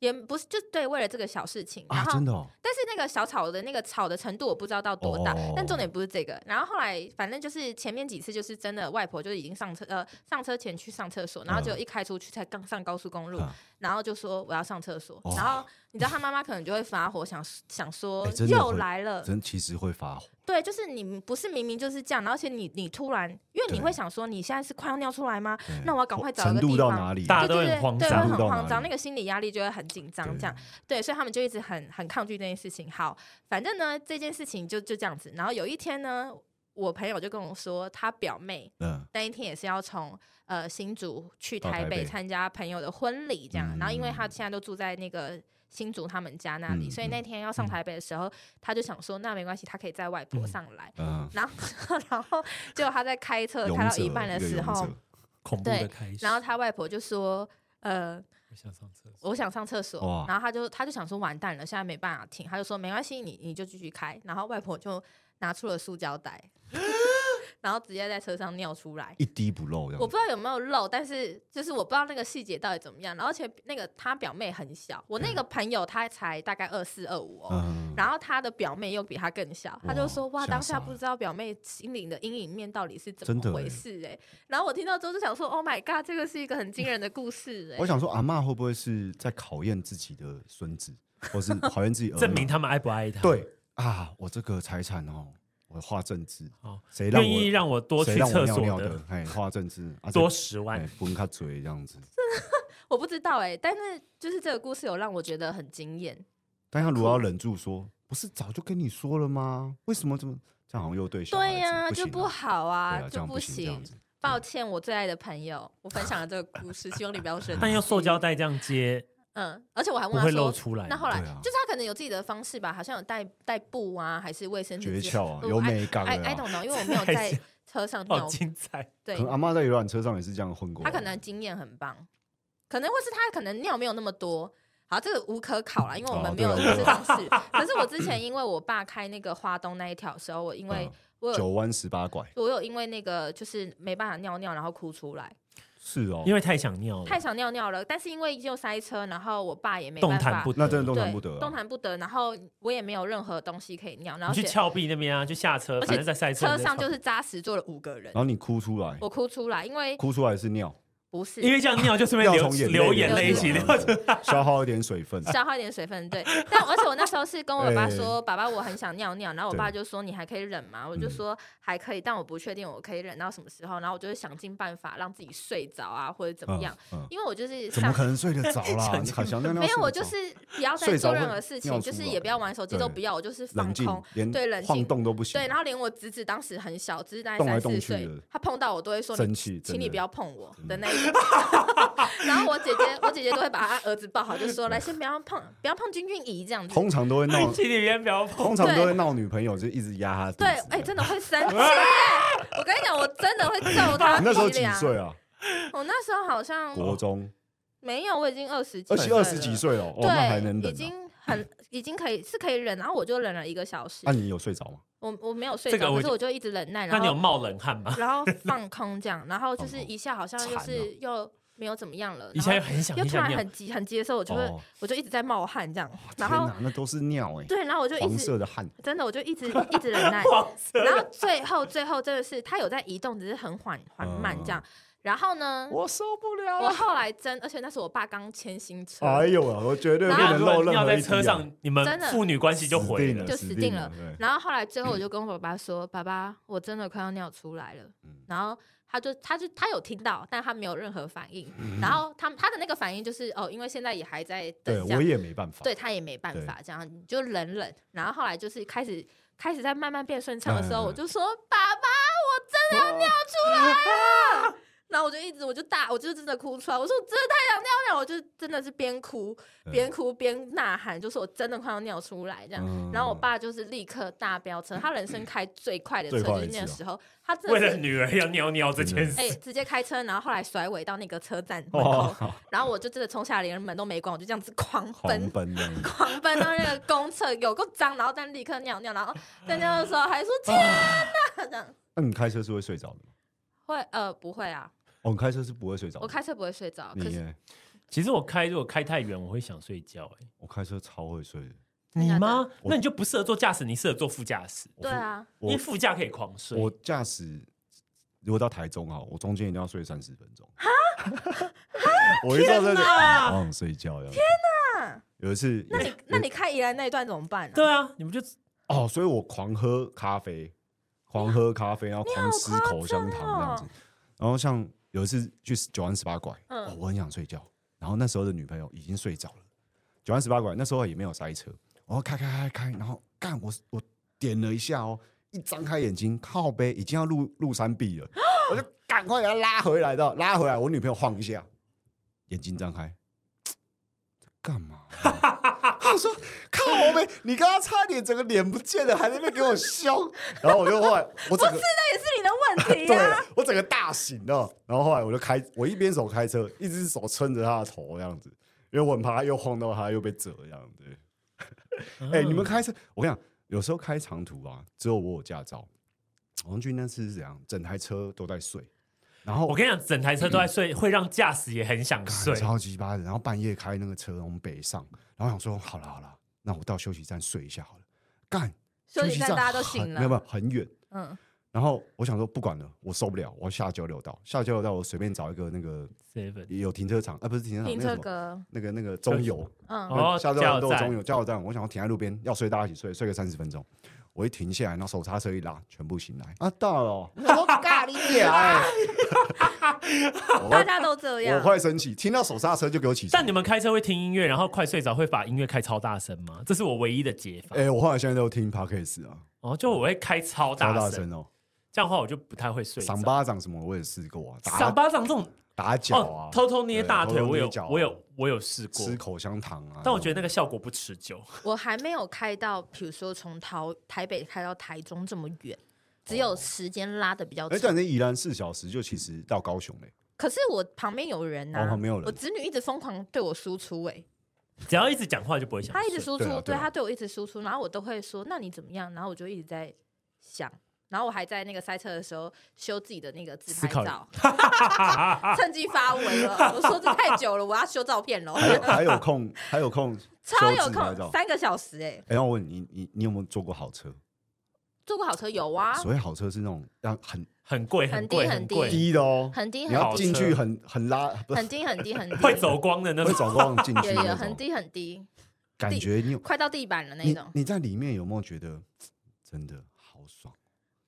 Speaker 2: 也不是就对为了这个小事情，然
Speaker 3: 啊？
Speaker 2: 后、
Speaker 3: 真的哦，
Speaker 2: 但是那个小吵的那个吵的程度我不知道到多大，
Speaker 3: 哦
Speaker 2: 但重点不是这个。然后后来反正就是前面几次就是真的外婆就是已经上车呃上车前去上厕所，然后
Speaker 3: 嗯
Speaker 2: 结果一开出去才刚上高速公路，
Speaker 3: 嗯
Speaker 2: 然后就说我要上厕所，
Speaker 3: 哦
Speaker 2: 然后你知道他妈妈可能就会发火，想想说、
Speaker 3: 哎真的会
Speaker 2: 又来了，
Speaker 3: 真其实会发火，
Speaker 2: 对，就是你不是明明就是这样，然后而且你你突然因为你
Speaker 3: 对
Speaker 2: 会想说你现在是快要尿出来吗？
Speaker 3: 对
Speaker 2: 那我要赶快找一
Speaker 3: 程
Speaker 2: 个地
Speaker 3: 度到
Speaker 2: 方。
Speaker 3: 哪里？
Speaker 1: 大家
Speaker 2: 对
Speaker 1: 都
Speaker 2: 对
Speaker 1: 很
Speaker 2: 对，
Speaker 1: 慌
Speaker 2: 对，
Speaker 1: 张
Speaker 2: 会
Speaker 3: 程度到
Speaker 2: 很
Speaker 3: 哪
Speaker 2: 慌张，
Speaker 3: 里
Speaker 2: 那个心理压力就会很紧张，
Speaker 3: 对
Speaker 2: 这样对，所以他们就一直很很抗拒这件事情。好，反正呢这件事情就就这样子。然后有一天呢，我朋友就跟我说，他表妹
Speaker 3: 嗯，
Speaker 2: 那一天也是要从呃新竹去
Speaker 3: 到
Speaker 2: 台
Speaker 3: 台
Speaker 2: 北
Speaker 3: 北
Speaker 2: 参加朋友的婚礼，这样。然后因为他现在都住在那个。新竹他们家那里，
Speaker 3: 嗯
Speaker 2: 所以那天要上台北的时候，他就想说，那没关系，他可以在外婆上来。
Speaker 3: 嗯，
Speaker 2: 然后， 然后结果他在开车呃开到一半的时候，
Speaker 1: 恐怖的开始，
Speaker 2: 然后他外婆就说：“呃，
Speaker 1: 我想上厕所，
Speaker 2: 我想上厕所
Speaker 3: 哇，
Speaker 2: 然后他就他就想说完蛋了，现在没办法停，他就说没关系，你你就继续开。然后外婆就拿出了塑胶 袋，然后直接在车上尿出来。
Speaker 3: 一滴不漏这
Speaker 2: 我
Speaker 3: 样
Speaker 2: 不知道有没有漏，但是就是我不知道那个细节到底怎么样。然后而且那个他表妹很小，我那个朋友他才大概二四二五哦，
Speaker 3: 嗯，
Speaker 2: 然后他的表妹又比他更小，他就说：“
Speaker 3: 哇
Speaker 2: 哇，
Speaker 3: 吓
Speaker 2: 当下
Speaker 3: 傻
Speaker 2: 不
Speaker 3: 了
Speaker 2: 知道表妹心灵的阴影面到底是怎
Speaker 3: 真
Speaker 2: 么
Speaker 3: 的
Speaker 2: 回
Speaker 3: 欸
Speaker 2: 事哎、然后我听到之后就想说：“Oh my god，这个是一个很惊人的故事哎、
Speaker 3: 我想说，阿嬷会不会是在考验自己的 孙子，或是考验自己儿女？
Speaker 1: 证明他们爱不爱他。
Speaker 3: 对啊，我这个财产哦，我我画政治
Speaker 1: 哦，
Speaker 3: 谁让
Speaker 1: 愿意
Speaker 3: 我
Speaker 1: 让我多
Speaker 3: 谁
Speaker 1: 去
Speaker 3: 让我
Speaker 1: 厕
Speaker 3: 尿
Speaker 1: 所
Speaker 3: 尿
Speaker 1: 的
Speaker 3: 的，，哎，画政治啊，
Speaker 1: 多
Speaker 3: 谁
Speaker 1: 十
Speaker 3: 哎
Speaker 1: 万。
Speaker 3: 崩他嘴这样子。
Speaker 2: 我不知道哎、但是就是这个故事有让我觉得很惊艳。
Speaker 3: 但他如果要忍住说，不是早就跟你说了吗？为什么这么这样好像又对小孩子
Speaker 2: 对呀、
Speaker 3: 不
Speaker 2: 就
Speaker 3: 行
Speaker 2: 不好啊，
Speaker 3: 对啊，这
Speaker 2: 就
Speaker 3: 样行这
Speaker 2: 行
Speaker 3: 样。子。
Speaker 2: 抱歉，我最爱的朋友，我分享了这个故事，希望你不要生气。
Speaker 1: 但用塑胶袋这样接，
Speaker 2: 嗯，而且我还
Speaker 1: 不
Speaker 2: 问他
Speaker 1: 会露
Speaker 2: 说，
Speaker 1: 出来。
Speaker 2: 那后来、
Speaker 3: 对啊
Speaker 2: 就是他可能有自己的方式吧，好像有带带布啊，还是卫生纸之
Speaker 3: 诀
Speaker 2: 类的。
Speaker 3: 窍啊，
Speaker 2: 我
Speaker 3: 有
Speaker 2: 哎
Speaker 3: 美感
Speaker 2: 哎
Speaker 3: 的
Speaker 2: 哎
Speaker 3: 啊。
Speaker 2: 懂懂，因为我没有在车上
Speaker 1: 好
Speaker 2: 尿，
Speaker 1: 精彩！
Speaker 2: 对
Speaker 3: 可，能阿妈在游览车上也是这样混过
Speaker 2: 他
Speaker 3: 来的。
Speaker 2: 可能经验很棒，可能或是他可能尿没有那么多。好，这个无可考啦，因为我
Speaker 3: 哦
Speaker 2: 们没
Speaker 3: 对啊
Speaker 2: 有
Speaker 3: 对啊
Speaker 2: 这种 事。可是我之前因为我爸开那个花东那一条的时候，我因为
Speaker 3: 嗯
Speaker 2: 我有
Speaker 3: 九弯十八拐，
Speaker 2: 我有因为那个就是没办法尿尿，然后哭出来，
Speaker 3: 是哦，
Speaker 1: 因为太想尿了，
Speaker 2: 太想尿尿了，但是因为又塞车，然后我爸也没
Speaker 1: 动
Speaker 2: 办
Speaker 1: 弹
Speaker 2: 法
Speaker 1: 不，得。
Speaker 3: 那真的动
Speaker 2: 对
Speaker 3: 弹不得啊，
Speaker 2: 动弹不得，然后我也没有任何东西可以尿，然后
Speaker 1: 你去
Speaker 2: 且
Speaker 1: 峭壁那边啊，就下车，
Speaker 2: 而且
Speaker 1: 反正在赛车
Speaker 2: 车
Speaker 1: 在
Speaker 2: 上
Speaker 1: 峭
Speaker 2: 就
Speaker 1: 壁
Speaker 2: 是扎实坐了五个人
Speaker 3: 然，后你哭出来，
Speaker 2: 我哭出来，因为
Speaker 3: 哭出来是尿，
Speaker 2: 不是
Speaker 1: 因为这样尿就顺便
Speaker 3: 尿
Speaker 1: 流
Speaker 3: 从眼
Speaker 1: 流
Speaker 3: 里
Speaker 1: 眼
Speaker 3: 面啊
Speaker 1: 泪一
Speaker 3: 出
Speaker 1: 起
Speaker 3: 来
Speaker 1: 流。
Speaker 3: 消耗一点水分。
Speaker 2: 消耗一点水分，对。 但而且我那时候是跟我爸说，爸爸我很想尿尿，然后我
Speaker 3: 哎对嗯
Speaker 2: 爸就说你还可以忍吗？我就说还可以，但我不确定我可以忍到什么时候。然后我就会想尽办法让自己睡着啊，或者怎么样，
Speaker 3: 嗯？嗯，
Speaker 2: 因为我就是
Speaker 3: 怎么
Speaker 2: 上。
Speaker 3: 可能睡得着 啦？你好像那
Speaker 2: 没有，我就是不要再
Speaker 3: 睡着
Speaker 2: 做
Speaker 3: 会
Speaker 2: 任何事情，
Speaker 3: 尿
Speaker 2: 就
Speaker 3: 出
Speaker 2: 是
Speaker 3: 来
Speaker 2: 也不要玩手机，
Speaker 3: 对
Speaker 2: 都不要，我就是放
Speaker 3: 冷静
Speaker 2: 空。，
Speaker 3: 连
Speaker 2: 对冷静
Speaker 3: 晃动都不行，
Speaker 2: 对，然后连我侄子当时很小，侄子大概
Speaker 3: 动来
Speaker 2: 三
Speaker 3: 动
Speaker 2: 四
Speaker 3: 去
Speaker 2: 岁
Speaker 3: 的，
Speaker 2: 他碰到我都会说你
Speaker 3: 生气，
Speaker 2: 请你不
Speaker 3: 要。
Speaker 2: 要碰我的那一种。 然后我姐姐，我姐姐都会把她儿子抱好，就说来先不要碰，不要碰君君姨这样子。
Speaker 3: 通 常都 会闹，
Speaker 1: 请你别不要碰。
Speaker 3: 通常都会闹女朋友，就一直压她。
Speaker 2: 对，哎、真。的会生气
Speaker 1: 啊
Speaker 2: 耶！我跟你讲，我真的会揍他
Speaker 3: 你
Speaker 2: 鼻
Speaker 3: 那时候几
Speaker 2: 梁。
Speaker 3: 岁啊？
Speaker 2: 我那时候好像
Speaker 3: 国中，
Speaker 2: 没有，我已经二十几
Speaker 3: 而
Speaker 2: 岁
Speaker 3: 且
Speaker 2: 了，
Speaker 3: 二十几岁了，哦，
Speaker 2: 对，
Speaker 3: 那还能
Speaker 2: 已
Speaker 3: 忍啊？
Speaker 2: 经很已经可以是可以忍，然后我就忍了一个小时，
Speaker 3: 那啊你有睡着吗？
Speaker 2: 我我没有睡
Speaker 1: 这个
Speaker 2: 着，
Speaker 1: 我
Speaker 2: 可是
Speaker 1: 就
Speaker 2: 我就一直忍耐，
Speaker 1: 那
Speaker 2: 然
Speaker 1: 你有
Speaker 2: 后
Speaker 1: 冒冷汗吗？
Speaker 2: 然后放空这样，然后就
Speaker 3: 放
Speaker 2: 是
Speaker 3: 空
Speaker 2: 一下好像就
Speaker 3: 哦惨
Speaker 2: 是又没有怎么样了，
Speaker 1: 一
Speaker 2: 然
Speaker 1: 下
Speaker 2: 后
Speaker 1: 又很想，
Speaker 2: 又
Speaker 1: 很
Speaker 2: 突
Speaker 1: 想
Speaker 2: 然
Speaker 1: 尿。
Speaker 2: 很急很接受，我就会、
Speaker 3: 哦
Speaker 2: 我就一直在冒汗这样，然
Speaker 3: 天
Speaker 2: 后
Speaker 3: 哪，那都是尿哎，
Speaker 2: 对，然后我就一
Speaker 3: 黄
Speaker 2: 直
Speaker 3: 色的汗，
Speaker 2: 真的我就一直一直忍耐，
Speaker 1: 黄色
Speaker 2: 然后最后最后真的是他有在移动，只是很缓缓慢这样。
Speaker 3: 嗯
Speaker 2: 然后呢，
Speaker 3: 我受不了
Speaker 2: 嗯我。后来真，而且那是我爸刚签新车，
Speaker 3: 哎呦啊，我绝对不
Speaker 2: 然后
Speaker 3: 能漏任
Speaker 1: 尿
Speaker 3: 何
Speaker 1: 在
Speaker 3: 一滴
Speaker 1: 车
Speaker 3: 啊
Speaker 1: 上，你们
Speaker 2: 真的
Speaker 1: 父女关系就
Speaker 3: 死
Speaker 1: 毁
Speaker 3: 定
Speaker 1: 了
Speaker 3: 了，。
Speaker 2: 就死定了
Speaker 3: 对
Speaker 2: 然后后来最后我 就跟我爸爸说：“爸爸，我真的快要尿出来了。
Speaker 3: 嗯
Speaker 2: 然后他就他就他有听到，但他没有任何反应。然后他他的那个反应就是哦，因为现在也还在
Speaker 3: 嗯对，
Speaker 2: 等这样
Speaker 3: 我也没办法。
Speaker 2: 对他也没办法，这样你就忍忍。然后后来就是开始开始在慢慢变顺畅的时候，
Speaker 3: 嗯嗯嗯
Speaker 2: 我就说：“爸爸，我真的要尿出来了。” 然后我就一直我就大我就真的哭出来，我说我真的太想尿尿，我就真的是边哭
Speaker 3: 嗯
Speaker 2: 边哭边呐喊，就说我真的快要尿出来这样。
Speaker 3: 嗯
Speaker 2: 然后我爸就是立刻大飙车，他人生开最快的车，
Speaker 3: 最快
Speaker 2: 就
Speaker 3: 的
Speaker 2: 是那
Speaker 3: 一
Speaker 2: 个
Speaker 3: 次哦
Speaker 2: 时候，他真
Speaker 1: 为
Speaker 2: 的
Speaker 1: 了
Speaker 2: 是
Speaker 1: 女儿要尿尿这件事，
Speaker 2: 哎、直接开车，然后后来甩尾到那个车站门口，
Speaker 3: 哦，
Speaker 2: 然后我就真的冲下来，连门都没关，我就这样子狂奔
Speaker 3: 狂。奔这 样子，
Speaker 2: 狂奔到那个公厕，有够脏，然后但立刻尿尿， 然后在尿的时候还说天哪，这样
Speaker 3: 那你开车是会睡着的吗？
Speaker 2: 会呃不会啊，
Speaker 3: 哦，你开车是不会睡着的。
Speaker 2: 我开车不会睡着，
Speaker 3: 你
Speaker 2: 可是
Speaker 3: 耶，
Speaker 1: 其实我开如果开太远，我会想睡觉、哎，
Speaker 3: 我开车超会睡的。
Speaker 2: 真
Speaker 1: 你
Speaker 2: 的
Speaker 1: 吗？
Speaker 3: 我
Speaker 1: 那你就不适合坐驾驶，你适合坐副驾驶，
Speaker 3: 我
Speaker 2: 对
Speaker 3: 副，
Speaker 2: 啊，
Speaker 1: 因为
Speaker 3: 我
Speaker 1: 副驾可以狂睡。
Speaker 3: 我驾驶如果到台中啊，我中间一定要睡三十分钟。 我一到这里，好想哦睡觉呀！天
Speaker 2: 哪！
Speaker 3: 有一次，
Speaker 2: 那你那你开宜兰那一段怎么办呢、
Speaker 1: 对啊，你们就
Speaker 3: 哦，所以我狂喝咖啡，狂喝咖啡，然后狂吃口香糖这样
Speaker 2: 哦
Speaker 3: 子。然后像有一次去九弯十八拐，
Speaker 2: 嗯
Speaker 3: 哦，我很想睡觉，然后那时候的女朋友已经睡着了。九弯十八拐那时候也没有塞车，然后开开开开，然后干我我点了一下哦，一张开眼睛，靠背已经要入入山壁了，我就赶快给她拉回来的，拉回来，我女朋友晃一下，眼睛张开，这干嘛啊、他说：“靠我妹，你刚刚差点整个脸不见了，还在那边给我凶。”然后我就后来，我整个
Speaker 2: 这也是你的问题
Speaker 3: 对
Speaker 2: 啊。
Speaker 3: 我整个大醒了。然后后来我就开，我一边手开车，一只手撑着他的头这样子，因为我很怕他又晃到他又被折这样子。
Speaker 2: 嗯
Speaker 3: 哎、你们
Speaker 1: 嗯
Speaker 3: 开车，我跟你讲，有时候开长途啊，只有我有驾照。王俊那次是怎样？整台车都在睡，然后
Speaker 1: 我跟你讲，整台车都在睡，会让驾驶也很想
Speaker 3: 干
Speaker 1: 睡。
Speaker 3: 超级巴的。然后半夜开那个车，我们北上，然后想说好了好了，那我到休息站睡一下好了。干，
Speaker 2: 休息站大家都
Speaker 3: 很
Speaker 2: 醒了
Speaker 3: 没有没有很远。
Speaker 2: 嗯，
Speaker 3: 然后我想说不管了，我受不了，我要下交流道，下交流道我随便找一个那个
Speaker 1: Seven
Speaker 3: 有停车场，啊不是停车场，
Speaker 2: 停
Speaker 3: 那个
Speaker 2: 车
Speaker 3: 什么
Speaker 2: 格，
Speaker 3: 那个那个中油，
Speaker 2: 嗯，
Speaker 1: 哦
Speaker 3: 下交流
Speaker 1: 加油
Speaker 3: 道
Speaker 1: 站
Speaker 3: 中油加油站，我想要停在路边，要睡大家一起睡，睡个三十分钟。我一停下来，然后手刹车一拉，全部醒来啊，到了哦， 我咖喱点，我
Speaker 2: 大
Speaker 3: 会
Speaker 2: 家都这
Speaker 3: 我
Speaker 2: 样。
Speaker 3: 会生气，听到手刹车就给我起床
Speaker 1: 但。你们开车会听音乐，然后快睡着会把音乐开超大声吗？这是我唯一的解法。
Speaker 3: 哎、我后来现在都听 podcast 啊，
Speaker 1: 哦，就我会开超
Speaker 3: 超
Speaker 1: 大
Speaker 3: 大
Speaker 1: 声，
Speaker 3: 声哦，
Speaker 1: 这样的话我就不太会睡着。
Speaker 3: 赏巴掌什么我也试过啊，
Speaker 1: 赏
Speaker 3: 打
Speaker 1: 巴掌这种
Speaker 3: 打脚
Speaker 1: 哦，，
Speaker 3: 啊
Speaker 1: 偷偷捏
Speaker 3: 对
Speaker 1: 大
Speaker 3: 偷
Speaker 1: 腿，
Speaker 3: 偷
Speaker 1: 我
Speaker 3: 捏
Speaker 1: 有
Speaker 3: 脚啊
Speaker 1: 我有我有试过，
Speaker 3: 吃口香糖啊，
Speaker 1: 但我觉得那个效果不持久。
Speaker 2: 我还没有开到，比如说从桃台北开到台中这么远，只有时间拉的比较
Speaker 3: 哎，但
Speaker 2: 长。
Speaker 3: 你宜兰四小时就其实到高雄 嘞、
Speaker 2: 可是我旁边有人呐、啊
Speaker 3: 哦旁边有人
Speaker 2: 我侄女一直疯狂对我输出、哎，
Speaker 1: 只要一直讲话就不会想睡。
Speaker 2: 她一直输出，
Speaker 3: 对啊对啊
Speaker 2: 她对我一直输出，然后我都会说，那你怎么样？然后我就一直在想，然后我还在那个塞车的时候修自己的那个自
Speaker 1: 思
Speaker 2: 拍
Speaker 1: 考
Speaker 2: 照，趁机发文了。我说这太久了，我要修照片喽，
Speaker 3: 还有还有空，还有空啊修
Speaker 2: 超
Speaker 3: 自
Speaker 2: 有
Speaker 3: 拍照
Speaker 2: 空，。三个小时哎、
Speaker 3: 哎、那我问你，你你你有没有坐过好车？
Speaker 2: 坐过好车有啊，
Speaker 3: 所谓好车是那种让很
Speaker 1: 很贵，
Speaker 2: 很低
Speaker 1: 贵，
Speaker 2: 很
Speaker 1: 很
Speaker 2: 低
Speaker 1: 贵，
Speaker 3: 低的哦，
Speaker 2: 很低
Speaker 3: 你
Speaker 2: 很
Speaker 3: 要
Speaker 1: 好
Speaker 2: 低，
Speaker 3: 进去
Speaker 1: 车
Speaker 3: 很很拉， 不是
Speaker 2: 很低很低很低，
Speaker 1: 会走光的那
Speaker 3: 会
Speaker 1: 种。
Speaker 3: 走光进去
Speaker 2: 有有
Speaker 3: 那
Speaker 2: 很
Speaker 3: 种，
Speaker 2: 低很低，
Speaker 3: 感觉你有
Speaker 2: 快到地板了那
Speaker 3: 你
Speaker 2: 种啊
Speaker 3: 你在里面有没有觉得真的好爽？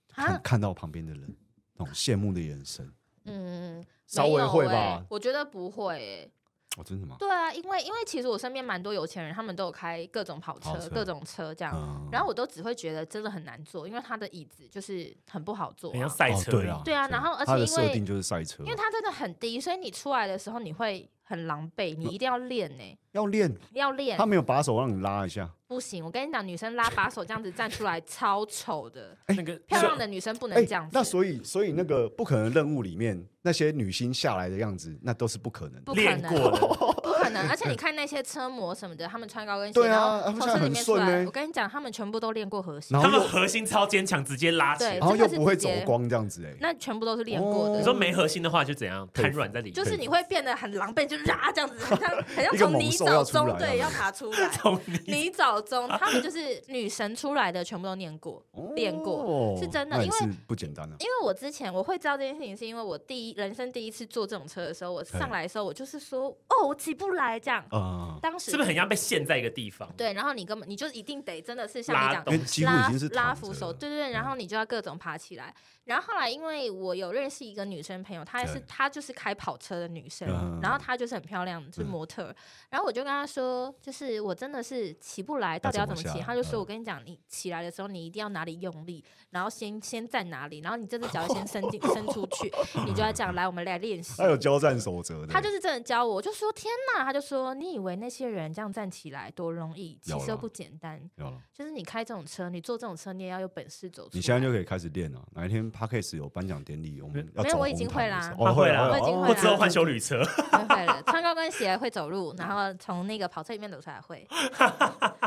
Speaker 3: 看
Speaker 2: 啊，
Speaker 3: 看到旁边的人那种羡慕的眼神，
Speaker 2: 嗯，
Speaker 3: 稍
Speaker 2: 没
Speaker 3: 微
Speaker 2: 有
Speaker 3: 会
Speaker 2: 欸
Speaker 3: 吧
Speaker 2: 我觉得不会欸，
Speaker 3: 哦，真的吗？
Speaker 2: 对啊，因为因为其实我身边蛮多有钱人，他们都有开各种跑
Speaker 3: 跑
Speaker 2: 车、
Speaker 3: 车
Speaker 2: 各种车这样，
Speaker 3: 嗯
Speaker 2: 啊然后我都只会觉得真的很难坐，因为他的椅子就是很不好坐
Speaker 1: 很像
Speaker 2: 啊，
Speaker 1: 赛
Speaker 3: 哦
Speaker 1: 车
Speaker 3: 对
Speaker 1: 一样
Speaker 3: 啊，
Speaker 2: 对啊
Speaker 3: 对
Speaker 2: 然后而且
Speaker 3: 它的
Speaker 2: 因为
Speaker 3: 设定就是赛车
Speaker 2: 因，为它真的很低，所以你出来的时候你会很狼狈，你一定要练呢，
Speaker 3: 要练，
Speaker 2: 要练
Speaker 3: 他。没有把手让你拉一下。
Speaker 2: 不行，我跟你讲，女生拉把手这样子站出来超丑 的，
Speaker 3: 哎
Speaker 1: 那个
Speaker 2: 漂亮的女生不能这样子。
Speaker 3: 啊那所以所以那个不可能任务里面那些女星下来的样子，那都是不可能的
Speaker 2: 不。可
Speaker 1: 练
Speaker 2: 能
Speaker 1: 过 的，
Speaker 2: 不可能，而且你看那些车模什么的，他们穿高跟鞋，
Speaker 3: 对
Speaker 2: 然
Speaker 3: 啊
Speaker 2: 后
Speaker 3: 他们现
Speaker 2: 从车
Speaker 3: 在
Speaker 2: 里
Speaker 3: 很
Speaker 2: 面出
Speaker 3: 顺
Speaker 2: 来，
Speaker 3: 欸
Speaker 2: 我跟你讲，他们全部都练过核心
Speaker 3: 然，
Speaker 1: 他
Speaker 3: 后
Speaker 1: 们
Speaker 3: 又
Speaker 1: 核心超坚强，直接拉起来
Speaker 2: 对。
Speaker 3: 然后又
Speaker 2: 真的是
Speaker 3: 不会
Speaker 2: 直
Speaker 3: 走
Speaker 2: 接
Speaker 3: 光这样子哎、
Speaker 2: 那全部都是练过
Speaker 3: 哦
Speaker 1: 你
Speaker 2: 的
Speaker 1: 说。没核心的话就怎样，瘫软在里面，，
Speaker 2: 就是你会变得很狼狈，就拉这样子，很像很像
Speaker 3: 一个
Speaker 2: 从
Speaker 3: 猛
Speaker 2: 泥
Speaker 3: 兽要
Speaker 2: 沼
Speaker 3: 出来啊
Speaker 2: 中对
Speaker 3: 这
Speaker 2: 要
Speaker 3: 样子
Speaker 2: 爬出 来
Speaker 1: 从哦你
Speaker 2: 泥沼中他们就是女神出来的，全部都念过。练过
Speaker 3: 哦
Speaker 2: 是真的
Speaker 3: 那也
Speaker 2: 因为
Speaker 3: 是不简单啊。
Speaker 2: 因为我之前我会知道这件事情，是因为我第一人生第一次坐这种车的时候，我上来的时候我就是说，哦，我起不来这样。
Speaker 3: 啊、
Speaker 2: 当时
Speaker 1: 是不是很像被陷在一个地方？
Speaker 2: 对，然后你根本你就一定得真的是像
Speaker 1: 拉
Speaker 2: 你讲
Speaker 1: 动
Speaker 3: 因为几乎已
Speaker 2: 拉
Speaker 3: 经是
Speaker 2: 拉
Speaker 3: 躺
Speaker 2: 扶
Speaker 3: 着
Speaker 2: 手，
Speaker 3: 了嗯
Speaker 2: 对对对，然后你就要各种爬起来。然后后来，因为我有认识一个女生朋友，她也是
Speaker 3: 对
Speaker 2: 她就是开跑车的女生，
Speaker 3: 嗯
Speaker 2: 然后她就是很漂亮，是模特儿。然后我就跟她说，就是我真的是起不来，到底要
Speaker 3: 要
Speaker 2: 怎
Speaker 3: 怎
Speaker 2: 么
Speaker 3: 么
Speaker 2: 起？
Speaker 3: 下
Speaker 2: 她就说，
Speaker 3: 嗯
Speaker 2: 我跟你讲，你起来的时候，你一定要哪里用力，然后先先站哪里，然后你这只脚先伸 进伸出去，你就要这样来，我们来练习
Speaker 3: 还。有交战守则的，
Speaker 2: 他就是真的教我，我就说天哪，他就说你以为那些人这样站起来多容易，其
Speaker 3: 有
Speaker 2: 实都
Speaker 3: 了
Speaker 2: 不简单。
Speaker 3: 有了。
Speaker 2: 就是你开这种车，你坐这种车，你也要有本事走出来。
Speaker 3: 你现在就可以开始练了。哪一天 p a c k a s 有颁奖典礼，我们要
Speaker 2: 没有
Speaker 3: 走
Speaker 2: 我已
Speaker 3: 红
Speaker 2: 经
Speaker 3: 毯
Speaker 2: 会
Speaker 3: 的
Speaker 2: 啦
Speaker 3: 时候
Speaker 1: 我
Speaker 3: 哦，会
Speaker 1: 会
Speaker 3: 了，
Speaker 1: 啦
Speaker 2: 我
Speaker 3: 会
Speaker 2: 已经啊会
Speaker 3: 了
Speaker 1: 或
Speaker 3: 哦
Speaker 2: 啦
Speaker 1: 之后换修旅车，
Speaker 2: 会会了，穿高跟鞋会走路，然后从那个跑车里面走出来会。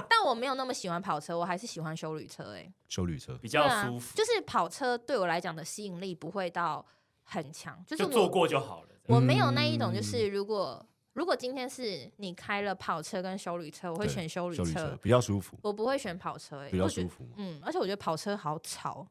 Speaker 2: 但我没有那么喜欢跑车，我还是喜欢修旅车、欸。哎，
Speaker 3: 修旅车，
Speaker 1: 比
Speaker 2: 对
Speaker 1: 较
Speaker 2: 啊
Speaker 1: 舒，服，
Speaker 2: 就是跑车对我来讲的吸引力不会到很强，就是
Speaker 1: 就
Speaker 2: 我
Speaker 1: 坐过就好了。
Speaker 2: 我没有那一
Speaker 3: 嗯
Speaker 2: 种，就是如果、如果今天是你开了跑车跟修旅车，我会
Speaker 3: 对
Speaker 2: 选修旅
Speaker 3: 修旅
Speaker 2: 车
Speaker 3: 车，比较舒服，
Speaker 2: 我不会选跑车、欸。
Speaker 3: 比较舒
Speaker 2: 服。
Speaker 3: 服嘛。
Speaker 2: 嗯，而且我觉得跑车好吵，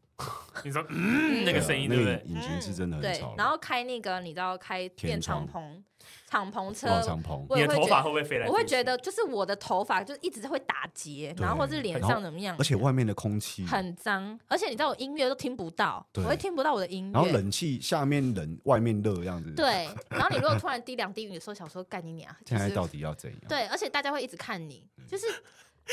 Speaker 1: 你说嗯那个
Speaker 3: 对啊
Speaker 1: 声音
Speaker 3: 那
Speaker 1: 对不
Speaker 3: 个
Speaker 1: 对？
Speaker 3: 引擎是真的很
Speaker 2: 嗯对
Speaker 3: 吵，，
Speaker 2: 然后开那个你知道开变
Speaker 3: 天
Speaker 2: 敞
Speaker 3: 窗
Speaker 2: 篷敞篷车，
Speaker 3: 老敞篷，
Speaker 2: 我
Speaker 1: 你
Speaker 2: 也
Speaker 1: 的
Speaker 2: 会
Speaker 1: 头
Speaker 2: 觉
Speaker 1: 发
Speaker 2: 得，
Speaker 1: 会不会飞来？
Speaker 2: 我会觉，得就是我的头发就一直会打结，
Speaker 3: 对
Speaker 2: 然后或是脸
Speaker 3: 然后
Speaker 2: 上怎么样，
Speaker 3: 而且外面的空气
Speaker 2: 很脏，而且你知道我音乐都听不到，我
Speaker 3: 对
Speaker 2: 会听不到我的音
Speaker 3: 然后
Speaker 2: 乐。
Speaker 3: 冷气下面冷，外面热，这样子。，
Speaker 2: 对，然后你如果突然滴两滴雨的时候，想说干你娘，就
Speaker 3: 现在
Speaker 2: 是
Speaker 3: 到底要怎样？
Speaker 2: 对，而且大家会一直看你，就是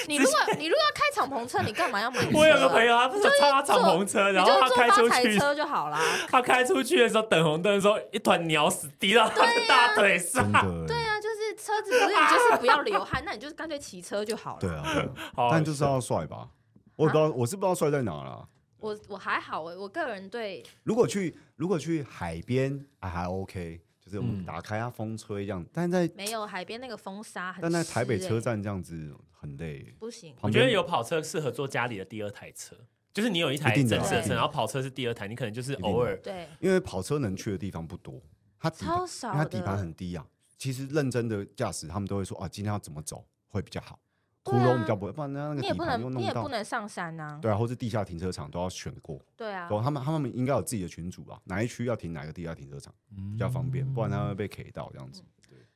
Speaker 2: 你如果你如果要开敞篷车，你干嘛要买车啊？
Speaker 1: 我有个朋友啊，他是他敞篷车，
Speaker 2: 你
Speaker 1: 然
Speaker 2: 就
Speaker 1: 后
Speaker 2: 是
Speaker 1: 他
Speaker 2: 坐
Speaker 1: 开出
Speaker 2: 发财
Speaker 1: 去，
Speaker 2: 车就好啦。
Speaker 1: 他开出去的时候等红灯的时候，一团鸟屎滴到他的大腿上
Speaker 3: 真。的，对
Speaker 2: 对啊，就是车子不是你就是不要流汗，那你就是干脆骑车就好了。
Speaker 3: 对啊，对啊
Speaker 1: 好
Speaker 3: 但就是要帅吧？我也不知道，我是不知道帅在哪啦。
Speaker 2: 我我还好欸，我个人对
Speaker 3: 如果去如果去海边啊还 OK，就是我们
Speaker 1: 嗯
Speaker 3: 打开啊风吹这样，但在
Speaker 2: 没有海边那个风沙很、欸，
Speaker 3: 但在台北车站这样子很累。
Speaker 2: 不行。
Speaker 1: 我
Speaker 3: 旁
Speaker 1: 觉
Speaker 3: 边
Speaker 1: 得有跑车适合做家里的第二台车，就是你有一台
Speaker 3: 一定
Speaker 1: 正
Speaker 3: 的
Speaker 1: 式的
Speaker 2: 对
Speaker 1: 车，然后跑车是第二台，你可能就是
Speaker 3: 定的
Speaker 1: 偶 尔
Speaker 2: 对，
Speaker 3: 因为跑车能去的地方不多，它底盘
Speaker 2: 超
Speaker 3: 因
Speaker 2: 少
Speaker 3: 为它
Speaker 2: 的。
Speaker 3: 底盘很低啊。其实认真的驾驶，他们都会说啊，今天要怎么走会比较好，
Speaker 2: 对
Speaker 3: 窟窿
Speaker 2: 啊
Speaker 3: 比较不会，不然那那个
Speaker 2: 你也
Speaker 3: 底
Speaker 2: 不
Speaker 3: 盘又
Speaker 2: 能，你
Speaker 3: 弄
Speaker 2: 也不
Speaker 3: 到。
Speaker 2: 能上山呐、
Speaker 3: 对啊，或是地下停车场都要选过。
Speaker 2: 对啊
Speaker 3: 然，哦后他们他们应该有自己的群组啊，哪一区要停哪个地下停车场比较方便，不然他会被 K 到这样子。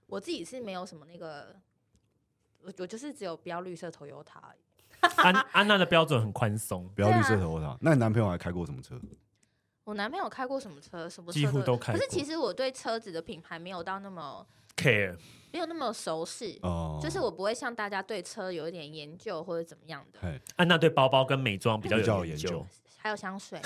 Speaker 2: 我自己是没有什么那个，我我就是只有不要绿色 Toyota 而已。
Speaker 1: 安安娜的标准很宽 松，
Speaker 3: 不要绿
Speaker 2: 对
Speaker 3: 色
Speaker 2: 啊
Speaker 3: 头发。那你男朋友还开过什么车？
Speaker 2: 我男朋友开过什么车，什么车
Speaker 1: 几乎都开
Speaker 2: 可
Speaker 1: 过。
Speaker 2: 是其实我对车子的品牌没有到那么
Speaker 1: care
Speaker 2: 没有那么熟悉，
Speaker 3: 哦，
Speaker 2: 就是我不会像大家对车有一点研究或者怎么样的。
Speaker 3: 嘿，
Speaker 1: 安娜对包包跟美妆比较
Speaker 3: 比较
Speaker 1: 有
Speaker 3: 有研究
Speaker 1: 究，
Speaker 2: 还有香 水，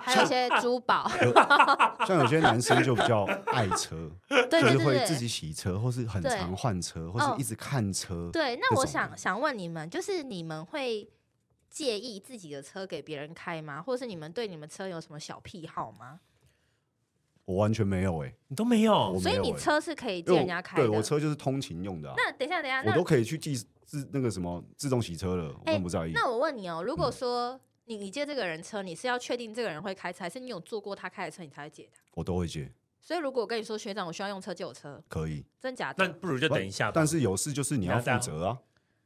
Speaker 2: 还有一些珠宝，
Speaker 3: 像有些男生就比较爱车，
Speaker 2: 对对
Speaker 3: 就是
Speaker 2: 对
Speaker 3: 会
Speaker 2: 对
Speaker 3: 自己洗车，或是很
Speaker 2: 对
Speaker 3: 常换车，或
Speaker 2: 哦
Speaker 3: 是一直看车。
Speaker 2: 对。那
Speaker 3: 这
Speaker 2: 我
Speaker 3: 种
Speaker 2: 想想问你们，就是你们会介意自己的车给别人开吗？或是你们对你们车有什么小癖好吗？
Speaker 3: 我完全没有哎、
Speaker 1: 你都没有
Speaker 3: 我
Speaker 2: 所以
Speaker 3: 没有
Speaker 2: 你
Speaker 3: 欸
Speaker 2: 车是可以
Speaker 3: 因
Speaker 2: 借
Speaker 3: 为
Speaker 2: 人
Speaker 3: 我
Speaker 2: 家开
Speaker 3: 对
Speaker 2: 的。
Speaker 3: 我车就是通勤用的、啊，
Speaker 2: 那等一下，等一下，
Speaker 3: 我
Speaker 2: 那哎
Speaker 3: 都可以去自自那个什么自动洗车了，我根本不在意。
Speaker 2: 那我问你哦，如
Speaker 3: 嗯
Speaker 2: 果说你你借这个人车，你是要确定这个人会开车，还是你有坐过他开的车，你才会借他？
Speaker 3: 我都会借，
Speaker 2: 所以如果我跟你说学长，我需要用车借我车，
Speaker 3: 可以。
Speaker 2: 真假的？
Speaker 1: 那不如就等一下吧。
Speaker 3: 但是有事就是你要负责啊，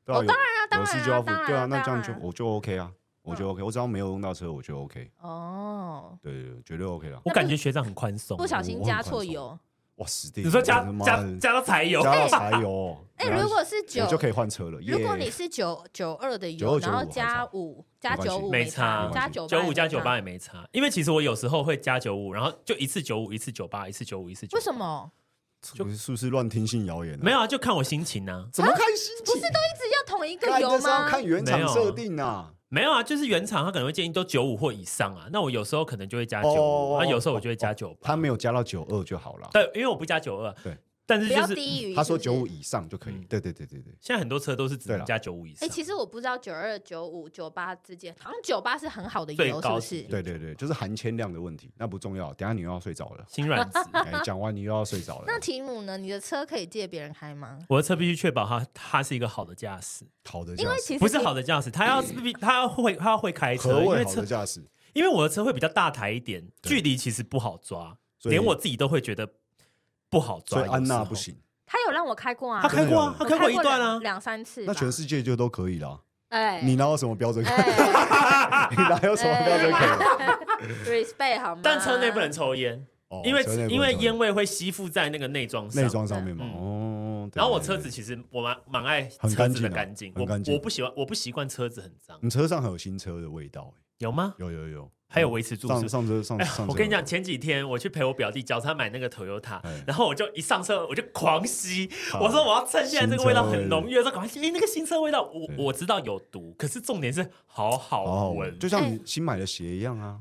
Speaker 3: 对啊，
Speaker 2: 哦
Speaker 3: 有
Speaker 2: 当然啊，当
Speaker 3: 有
Speaker 2: 然
Speaker 3: 事
Speaker 2: 啊，
Speaker 3: 就要负，
Speaker 2: 当然啊
Speaker 3: 对啊，那这
Speaker 2: 当
Speaker 3: 样
Speaker 2: 然
Speaker 3: 就
Speaker 2: 啊嗯
Speaker 3: 我就 OK 啊，我就 OK，我只要没有用到车，我就 OK，
Speaker 2: 哦，
Speaker 3: 对对对，绝对 OK 啦。
Speaker 1: 我感觉学长很宽松
Speaker 2: 不。小心
Speaker 3: 我
Speaker 2: 加
Speaker 3: 很宽
Speaker 2: 错
Speaker 3: 松
Speaker 2: 油。
Speaker 3: 哇，死定了！
Speaker 1: 你说
Speaker 3: 我
Speaker 1: 加
Speaker 3: 的妈
Speaker 1: 加
Speaker 3: 的
Speaker 1: 加到柴油，
Speaker 3: 加到柴油，
Speaker 2: 哎、
Speaker 3: 没关系
Speaker 2: 如果是九
Speaker 3: 我，就可以换车了。耶
Speaker 2: 如果你是九九二的油，
Speaker 3: 92
Speaker 2: 然后
Speaker 3: 95
Speaker 2: 加五加
Speaker 3: 没关系
Speaker 2: 九五
Speaker 1: 没差
Speaker 2: 差，加
Speaker 3: 没
Speaker 2: 九
Speaker 1: 九五加九八，也没差，因为其实我有时候会加九五，然后就一次九五，一次九八，一次九五，一次九。
Speaker 2: 为什？么？
Speaker 3: 这个是不是乱听信谣言、啊？
Speaker 1: 没有啊，就看我心情啊。
Speaker 3: 怎么看心情？不是
Speaker 2: 一直要同一个
Speaker 3: 看
Speaker 2: 油
Speaker 3: 的是要
Speaker 2: 吗？
Speaker 3: 看原厂设定啊。
Speaker 1: 没有啊，就是原厂他可能会建议都九五或以上啊，那我有时候可能就会加
Speaker 3: 哦
Speaker 1: 九五，
Speaker 3: 哦
Speaker 1: 啊，
Speaker 3: 哦
Speaker 1: 有时候我就会加九八。
Speaker 3: 他没有加到九二就好了。
Speaker 1: 对，因为我不加九二。
Speaker 3: 对，
Speaker 1: 但是
Speaker 2: 不
Speaker 1: 就
Speaker 2: 要
Speaker 1: 是
Speaker 2: 低于。
Speaker 3: 他说
Speaker 2: 是
Speaker 3: 九
Speaker 2: 不是
Speaker 3: 五。以上就可以
Speaker 1: 嗯。
Speaker 3: 对对对对对，
Speaker 1: 现在很多车都是只
Speaker 3: 对
Speaker 1: 能
Speaker 3: 啦
Speaker 1: 加九五以
Speaker 2: 哎、
Speaker 1: 上。
Speaker 2: 其实我不知道九二、九五、九八之间，好像九八是很好的
Speaker 1: 最
Speaker 2: 油，是
Speaker 1: 高
Speaker 2: 不
Speaker 1: 级，
Speaker 2: 是？
Speaker 3: 对对对，就是含铅量的问题，那不重要。等一下你又要睡着 了
Speaker 1: 心软子，
Speaker 3: 哎，讲完你又要睡着了
Speaker 2: 那，提姆呢？你的车可以借别人开吗？
Speaker 1: 我的车必须确保它它是一个好的驾驶，
Speaker 3: 好的
Speaker 2: 因
Speaker 3: 驾
Speaker 2: 为
Speaker 3: 驶，
Speaker 2: 其实
Speaker 1: 不是好
Speaker 2: 的，
Speaker 1: 的驾驶，他要 必他要会他要会开车，
Speaker 3: 何
Speaker 1: 因为
Speaker 3: 谓好
Speaker 1: 车
Speaker 3: 的驾驶？
Speaker 1: 因为我的车会比较大台一点，
Speaker 3: 对
Speaker 1: 距离其实不好抓，
Speaker 3: 所以
Speaker 1: 连我自己都会觉得不好抓。
Speaker 3: 所以安
Speaker 1: 有时
Speaker 3: 娜
Speaker 1: 候
Speaker 3: 不，行，
Speaker 2: 他有让我开过啊，
Speaker 1: 他开过啊，他
Speaker 2: 我
Speaker 1: 开过一
Speaker 2: 两
Speaker 1: 段啊，
Speaker 2: 两三次吧。
Speaker 3: 那全世界就都可以啦。
Speaker 2: 哎，
Speaker 3: 你哪有什么标准 可以？
Speaker 2: 哎
Speaker 3: 你哪有什么标准可以？
Speaker 2: respect 好吗？
Speaker 1: 但车内不能抽烟，
Speaker 3: 哦
Speaker 1: 因为
Speaker 3: 车内不
Speaker 1: 因为
Speaker 3: 能
Speaker 1: 烟味会吸附在那个内装上
Speaker 3: 内。装上面嘛。
Speaker 1: 嗯
Speaker 3: 哦，对
Speaker 1: 然后我
Speaker 3: 对
Speaker 1: 车
Speaker 3: 对
Speaker 1: 子其实我蛮蛮爱
Speaker 3: 很
Speaker 1: 车子的干
Speaker 3: 干
Speaker 1: 净
Speaker 3: 净啊，
Speaker 1: 我
Speaker 3: 很干净嗯
Speaker 1: 我不喜欢我不习惯车子很脏，
Speaker 3: 你车上还有新车的味道，欸
Speaker 1: 有吗？
Speaker 3: 有有有，
Speaker 1: 还有维持住是不
Speaker 3: 上
Speaker 1: 是
Speaker 3: 上车上
Speaker 1: 哎
Speaker 3: 上车，
Speaker 1: 我跟你讲，，前几天我去陪我表弟脚，他买那个 Toyota，
Speaker 3: 哎
Speaker 1: 然后我就一上车我就狂吸，
Speaker 3: 啊
Speaker 1: 我说我要趁现在这个味道
Speaker 3: 新车味
Speaker 1: 很浓郁的时候，赶快吸。哎，那个新车味道，我
Speaker 3: 对
Speaker 1: 我知道有毒，可是重点是好
Speaker 3: 好好
Speaker 1: 好
Speaker 3: 闻
Speaker 1: 闻，，
Speaker 3: 就像
Speaker 2: 哎
Speaker 3: 你新买的鞋一样啊，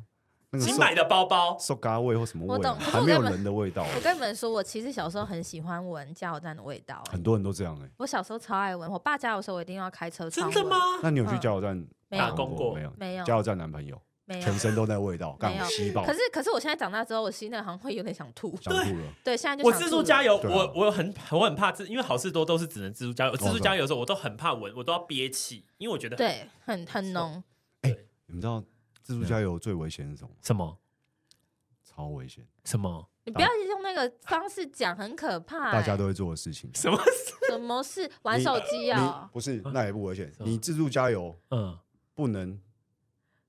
Speaker 3: 那个
Speaker 1: 新买的包包，
Speaker 3: 塑胶味或什么味啊，
Speaker 2: 我懂
Speaker 3: 还没有人的味道啊，
Speaker 2: 我跟你们说，我其实小时候很喜欢闻加油站的味道、哎
Speaker 3: 很多人都这样哎。
Speaker 2: 我小时候超爱闻，我爸家的时候我一定要开车窗
Speaker 1: 真
Speaker 2: 闻。
Speaker 1: 的吗？
Speaker 3: 那你有去加油站
Speaker 2: 没
Speaker 1: 有
Speaker 3: 打工没有？
Speaker 2: 嗯没有
Speaker 3: 加油站男朋友
Speaker 2: 没有，
Speaker 3: 全身都那味道，
Speaker 2: 没
Speaker 3: 干
Speaker 2: 有
Speaker 3: 吸爆
Speaker 2: 可，是可是我现在长大之后，我吸那好像会有点想吐。
Speaker 3: 想吐了。
Speaker 2: 对，现在就
Speaker 1: 我
Speaker 2: 想
Speaker 1: 自
Speaker 2: 吐
Speaker 1: 助
Speaker 2: 了
Speaker 1: 加油，
Speaker 3: 对啊
Speaker 1: 我我很我很怕自，因为好事多都是只能自助加油。自助
Speaker 3: 懂
Speaker 1: 加油的时候，我都很怕闻，我都要憋气，因为我觉得
Speaker 2: 对，很很浓。
Speaker 3: 你们知道自助加油最危险是什么吗？
Speaker 1: 什么
Speaker 3: 超危险，
Speaker 1: 什么
Speaker 2: 你不要用那个方式讲，很可怕、哎
Speaker 3: 大家都会做的事情。
Speaker 1: 什么事，
Speaker 2: 什么事玩手机
Speaker 3: 你
Speaker 2: 啊、
Speaker 3: 不是
Speaker 1: 嗯
Speaker 3: 那也不危险，
Speaker 1: 什么
Speaker 3: 你自助加油
Speaker 1: 嗯，
Speaker 3: 不能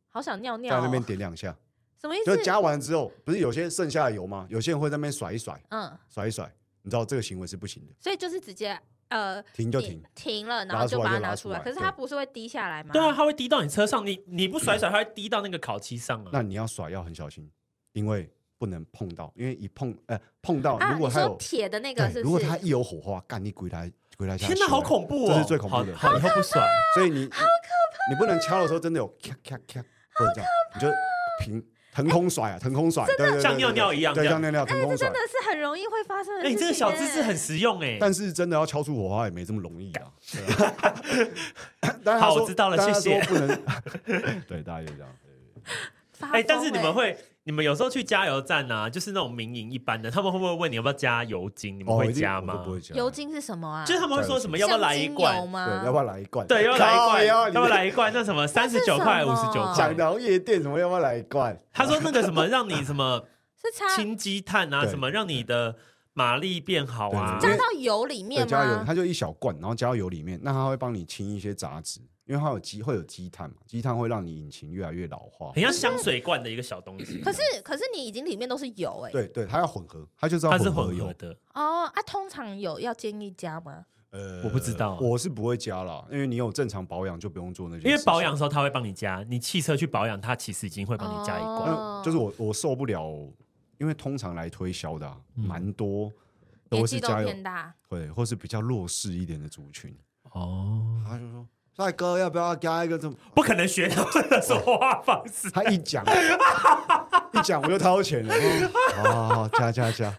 Speaker 2: 好想尿
Speaker 3: 在
Speaker 2: 尿、
Speaker 3: 那边
Speaker 2: 哦，
Speaker 3: 点两 下，
Speaker 2: 什么意
Speaker 3: 就
Speaker 2: 思
Speaker 3: 是？加完之后，不是有些剩下的油吗？有些人会在那边甩一甩，
Speaker 2: 嗯，
Speaker 3: 甩一甩，你知道这个行为是不行的，
Speaker 2: 所以就是直接呃
Speaker 3: 停就
Speaker 2: 你
Speaker 3: 停。
Speaker 2: 停了，然
Speaker 3: 拉
Speaker 2: 后
Speaker 3: 出
Speaker 2: 就
Speaker 3: 来
Speaker 2: 把它
Speaker 3: 就拉
Speaker 2: 拿
Speaker 3: 出
Speaker 2: 出来。
Speaker 3: 来
Speaker 2: 可是
Speaker 3: 对
Speaker 2: 它不是会滴下来吗？
Speaker 1: 对啊，它会滴到你车上，你你不甩甩，它会滴到那个烤漆上啊。
Speaker 3: 那你要甩要很小心，因为不能碰到，因为一碰，呃，碰到
Speaker 2: 啊，
Speaker 3: 如果
Speaker 2: 你
Speaker 3: 它
Speaker 2: 说
Speaker 3: 有，
Speaker 2: 铁的那个
Speaker 3: 对，
Speaker 2: 是
Speaker 3: 如
Speaker 2: 不
Speaker 3: 果
Speaker 2: 是？
Speaker 3: 它一有火花，干你鬼来鬼来下去
Speaker 1: 天哪，好恐怖哦！
Speaker 3: 这是最恐怖的
Speaker 1: 好好以后不甩。
Speaker 3: 所以你好可怕，你不能
Speaker 2: 哦
Speaker 3: 敲的时候真的有咔咔咔，不能这样，你就平腾空甩啊，腾空甩，对对对对，
Speaker 1: 像尿尿一样
Speaker 3: 对，
Speaker 1: 这样
Speaker 3: 像尿尿腾空甩
Speaker 2: 哎真的。是很容易会发生的事
Speaker 1: 哎、
Speaker 2: 情、欸
Speaker 1: 你这个小知识很实用哎、
Speaker 3: 但是真的要敲出火花也没这么容易 啊。对啊但是他
Speaker 1: 好
Speaker 3: 说
Speaker 1: 我知道了
Speaker 3: 但是
Speaker 1: 谢谢
Speaker 3: 他说不能， 对，大家就这样。对
Speaker 2: 哎
Speaker 1: 哎、但
Speaker 2: 欸
Speaker 1: 是你们会，你们有时候去加油站啊，就是那种民营一般的，他们会不会问你要不要加油精？你们
Speaker 3: 哦，
Speaker 1: 会
Speaker 3: 一定
Speaker 1: 加
Speaker 3: 我
Speaker 1: 吗
Speaker 3: 都？不会加
Speaker 2: 油，精是什么啊？
Speaker 1: 就是他们会说什么要不要来一
Speaker 2: 香精油
Speaker 1: 罐？
Speaker 2: 吗？
Speaker 3: 对，要不要来一罐？
Speaker 1: 对，要不要来一
Speaker 3: 靠
Speaker 1: 罐？
Speaker 3: 腰
Speaker 1: 要
Speaker 3: 你
Speaker 1: 不要来一罐？那什么三十九块、
Speaker 2: 什
Speaker 1: 五
Speaker 2: 么
Speaker 1: 十九块
Speaker 3: 讲？到夜店什么？要不要来一罐？
Speaker 1: 他说那个什么让你什 么
Speaker 2: 是插
Speaker 1: 清积碳啊，
Speaker 3: 对
Speaker 1: 什么让你的马力变好啊
Speaker 3: 对
Speaker 2: 加到油里
Speaker 3: 对，
Speaker 2: 面
Speaker 3: 加油，
Speaker 2: 吗？
Speaker 3: 它就一小罐，然后加到油里面，那它会帮你清一些杂质，因为它有积会有积碳嘛，积碳会让你引擎越来越老化
Speaker 1: 很。像香水罐的一个小东西。
Speaker 2: 可是可是你已经里面都是油哎、
Speaker 3: 对对，它要混合，它就是要
Speaker 1: 它是
Speaker 3: 混
Speaker 1: 混
Speaker 3: 油
Speaker 1: 合。的，
Speaker 2: 哦啊，通常有要建议加吗？
Speaker 3: 呃
Speaker 1: 我不知道
Speaker 3: 我是不会加啦，因为你有正常保养就不用做那些事
Speaker 1: 因为
Speaker 3: 情，
Speaker 1: 保养的时候他会帮你加，你汽车去保养，他其实已经会帮你加一罐。
Speaker 2: 哦
Speaker 3: 嗯，就是我我受不了，因为通常来推销的啊
Speaker 1: 嗯
Speaker 3: 蛮、多
Speaker 2: 年
Speaker 3: 都
Speaker 2: 纪
Speaker 3: 是
Speaker 2: 都
Speaker 3: 加油
Speaker 2: 偏大，
Speaker 3: 对，或是比较弱势一点的族群，
Speaker 1: 哦，
Speaker 3: 他就说帅哥要不要加一个 这么？
Speaker 1: 不可能学他们的说话方式。
Speaker 3: 他一讲一讲我就掏钱了，哦好好好加加加，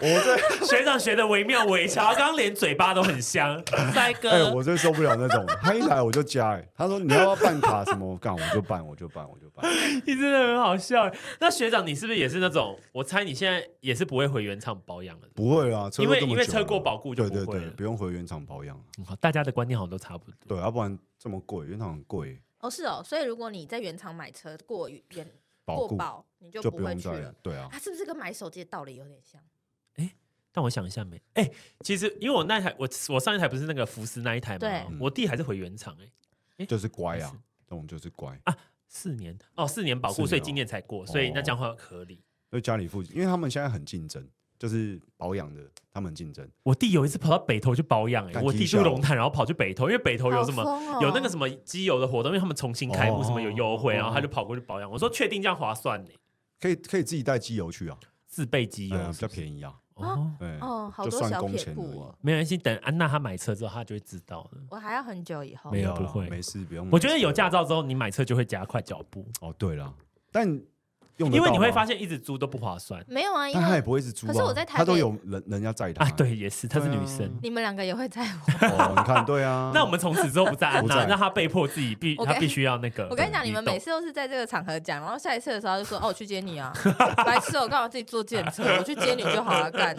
Speaker 3: 我最
Speaker 1: 学长学的惟妙惟肖，刚刚连嘴巴都很香。帅哥，
Speaker 2: 啊
Speaker 3: 哎、我最受不了那种，他一来我就加、哎，他说你要不要办卡什么，干我就办，我就办，我就办。
Speaker 1: 你真的很好笑。那学长，你是不是也是那种？我猜你现在也是不会回原厂保养了。
Speaker 3: 不会啊，车
Speaker 1: 因为
Speaker 3: 都这么
Speaker 1: 因为
Speaker 3: 久
Speaker 1: 车
Speaker 3: 了
Speaker 1: 过保固就
Speaker 3: 对对
Speaker 1: 不会
Speaker 3: 对，
Speaker 1: 了
Speaker 3: 不用回原厂保养了。
Speaker 1: 嗯好大家的观念好像都差不多。
Speaker 3: 对，要不然这么贵，原厂很贵，
Speaker 2: 哦是哦，所以如果你在原厂买车过原
Speaker 3: 保
Speaker 2: 过
Speaker 3: 固
Speaker 2: 保，你就
Speaker 3: 就
Speaker 2: 不
Speaker 3: 不
Speaker 2: 会
Speaker 3: 用
Speaker 2: 去
Speaker 3: 再
Speaker 2: 了。
Speaker 3: 对啊，
Speaker 2: 它是不是跟买手机的道理有点像？
Speaker 1: 但我想一下没，哎、其实因为我那台我我上一台不是那个福斯那一台
Speaker 2: 对
Speaker 1: 嘛，我弟还是回原厂哎、
Speaker 3: 就是乖
Speaker 1: 还
Speaker 3: 啊
Speaker 1: 是，
Speaker 3: 这种就是乖。
Speaker 1: 四年哦，四年保
Speaker 3: 四
Speaker 1: 护，
Speaker 3: 年哦
Speaker 1: 所以今年才过，所以那这样会合理。
Speaker 3: 就家里附近，因为他们现在很竞争，就是保养的，他们很竞争。
Speaker 1: 我弟有一次跑到北投去保养、哎，
Speaker 3: 干
Speaker 1: 我弟
Speaker 3: 低
Speaker 1: 住
Speaker 3: 消
Speaker 1: 龙潭，然后跑去北投，因为北投有什么、
Speaker 2: 好疯哦
Speaker 1: 有那个什么机油的活动，因为他们重新开幕，
Speaker 3: 哦
Speaker 1: 什么有优惠，
Speaker 3: 哦
Speaker 1: 然后他就跑过去保养。我说确定这样划算欸呢、
Speaker 3: 可以可以自己带机油去啊，
Speaker 1: 自备机油、
Speaker 3: 呃比较
Speaker 1: 宜
Speaker 3: 便宜啊。
Speaker 1: 哦。
Speaker 3: 对，
Speaker 2: 哦，好
Speaker 3: 就
Speaker 2: 多
Speaker 3: 算
Speaker 2: 小
Speaker 3: 工
Speaker 2: 撇
Speaker 3: 钱而
Speaker 2: 步
Speaker 3: 已
Speaker 2: 哦。
Speaker 1: 没关系，等安娜她买车之后，她就会知道了。
Speaker 2: 我还要很久以后。
Speaker 1: 没有
Speaker 3: 啦
Speaker 1: 不会
Speaker 3: 啊没事，不用买车。
Speaker 1: 我觉得有驾照之后，你买车就会加快脚步，
Speaker 3: 哦，对了，但用得
Speaker 1: 因为
Speaker 3: 到
Speaker 1: 你会啊
Speaker 3: 吗
Speaker 1: 发，现一直租都不划算。
Speaker 2: 没有啊，因
Speaker 3: 但他也
Speaker 2: 为
Speaker 3: 不会是租啊，
Speaker 2: 可是我在台
Speaker 3: 他都
Speaker 2: 北
Speaker 3: 有人人家载他
Speaker 1: 啊，，对，也是，她是女生。。
Speaker 2: 你们两个也会在乎。
Speaker 3: 哦，你看，对啊
Speaker 1: 那我们从此之后不再安
Speaker 3: 不
Speaker 1: 娜，
Speaker 3: 再
Speaker 1: 让她被迫自己必，
Speaker 2: 我
Speaker 1: 她
Speaker 2: 跟
Speaker 1: 必须要那个。
Speaker 2: 我跟你讲，你们每
Speaker 1: 次
Speaker 2: 次都是在这个场合讲，然后下一次的时候就说：“哦，我去接你啊， 白痴哦，我干嘛自己坐电车？我去接你就好了，干。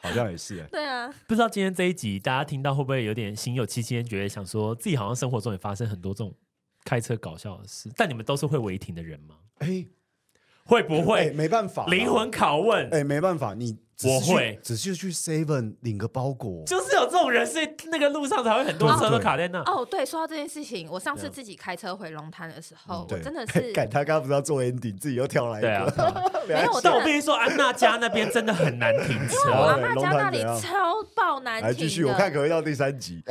Speaker 3: 好像也是哎”、
Speaker 2: 对啊，
Speaker 1: 不知道今天这一集大家听到会不会有点心有戚戚焉，觉得想说自己好像生活中也发生很多这种开车搞笑的事，但你们都是会违停的人吗？
Speaker 3: 哎、
Speaker 1: 会不
Speaker 3: 哎
Speaker 1: 会
Speaker 3: 没办法，
Speaker 1: 灵魂拷问？
Speaker 3: 哎、没办法，你只
Speaker 1: 我
Speaker 3: 是去
Speaker 1: 会
Speaker 3: 只是去 Seven 领个包裹，
Speaker 1: 就是有这种人，所以那个路上才会很多
Speaker 3: 哦
Speaker 1: 车都卡在那。
Speaker 2: 哦，对，说到这件事情，我上
Speaker 1: 对
Speaker 2: 次
Speaker 1: 啊
Speaker 2: 自己开车回龙潭的时候，我
Speaker 3: 嗯对，
Speaker 2: 真 的是
Speaker 3: 干他刚刚不是要做 ending，自己又跳来一
Speaker 1: 对啊
Speaker 3: 个，，
Speaker 2: 没哎有，我真
Speaker 1: 但我
Speaker 2: 的
Speaker 1: 必须说，安娜家那边真的很难停
Speaker 2: 我阿
Speaker 1: 车。
Speaker 2: 妈
Speaker 3: 龙
Speaker 2: 家
Speaker 3: 潭
Speaker 2: 那
Speaker 3: 怎
Speaker 2: 里
Speaker 3: 样
Speaker 2: 超爆难
Speaker 3: 来
Speaker 2: 停
Speaker 3: 继续，
Speaker 2: 的
Speaker 3: 我看可不可以到第三集。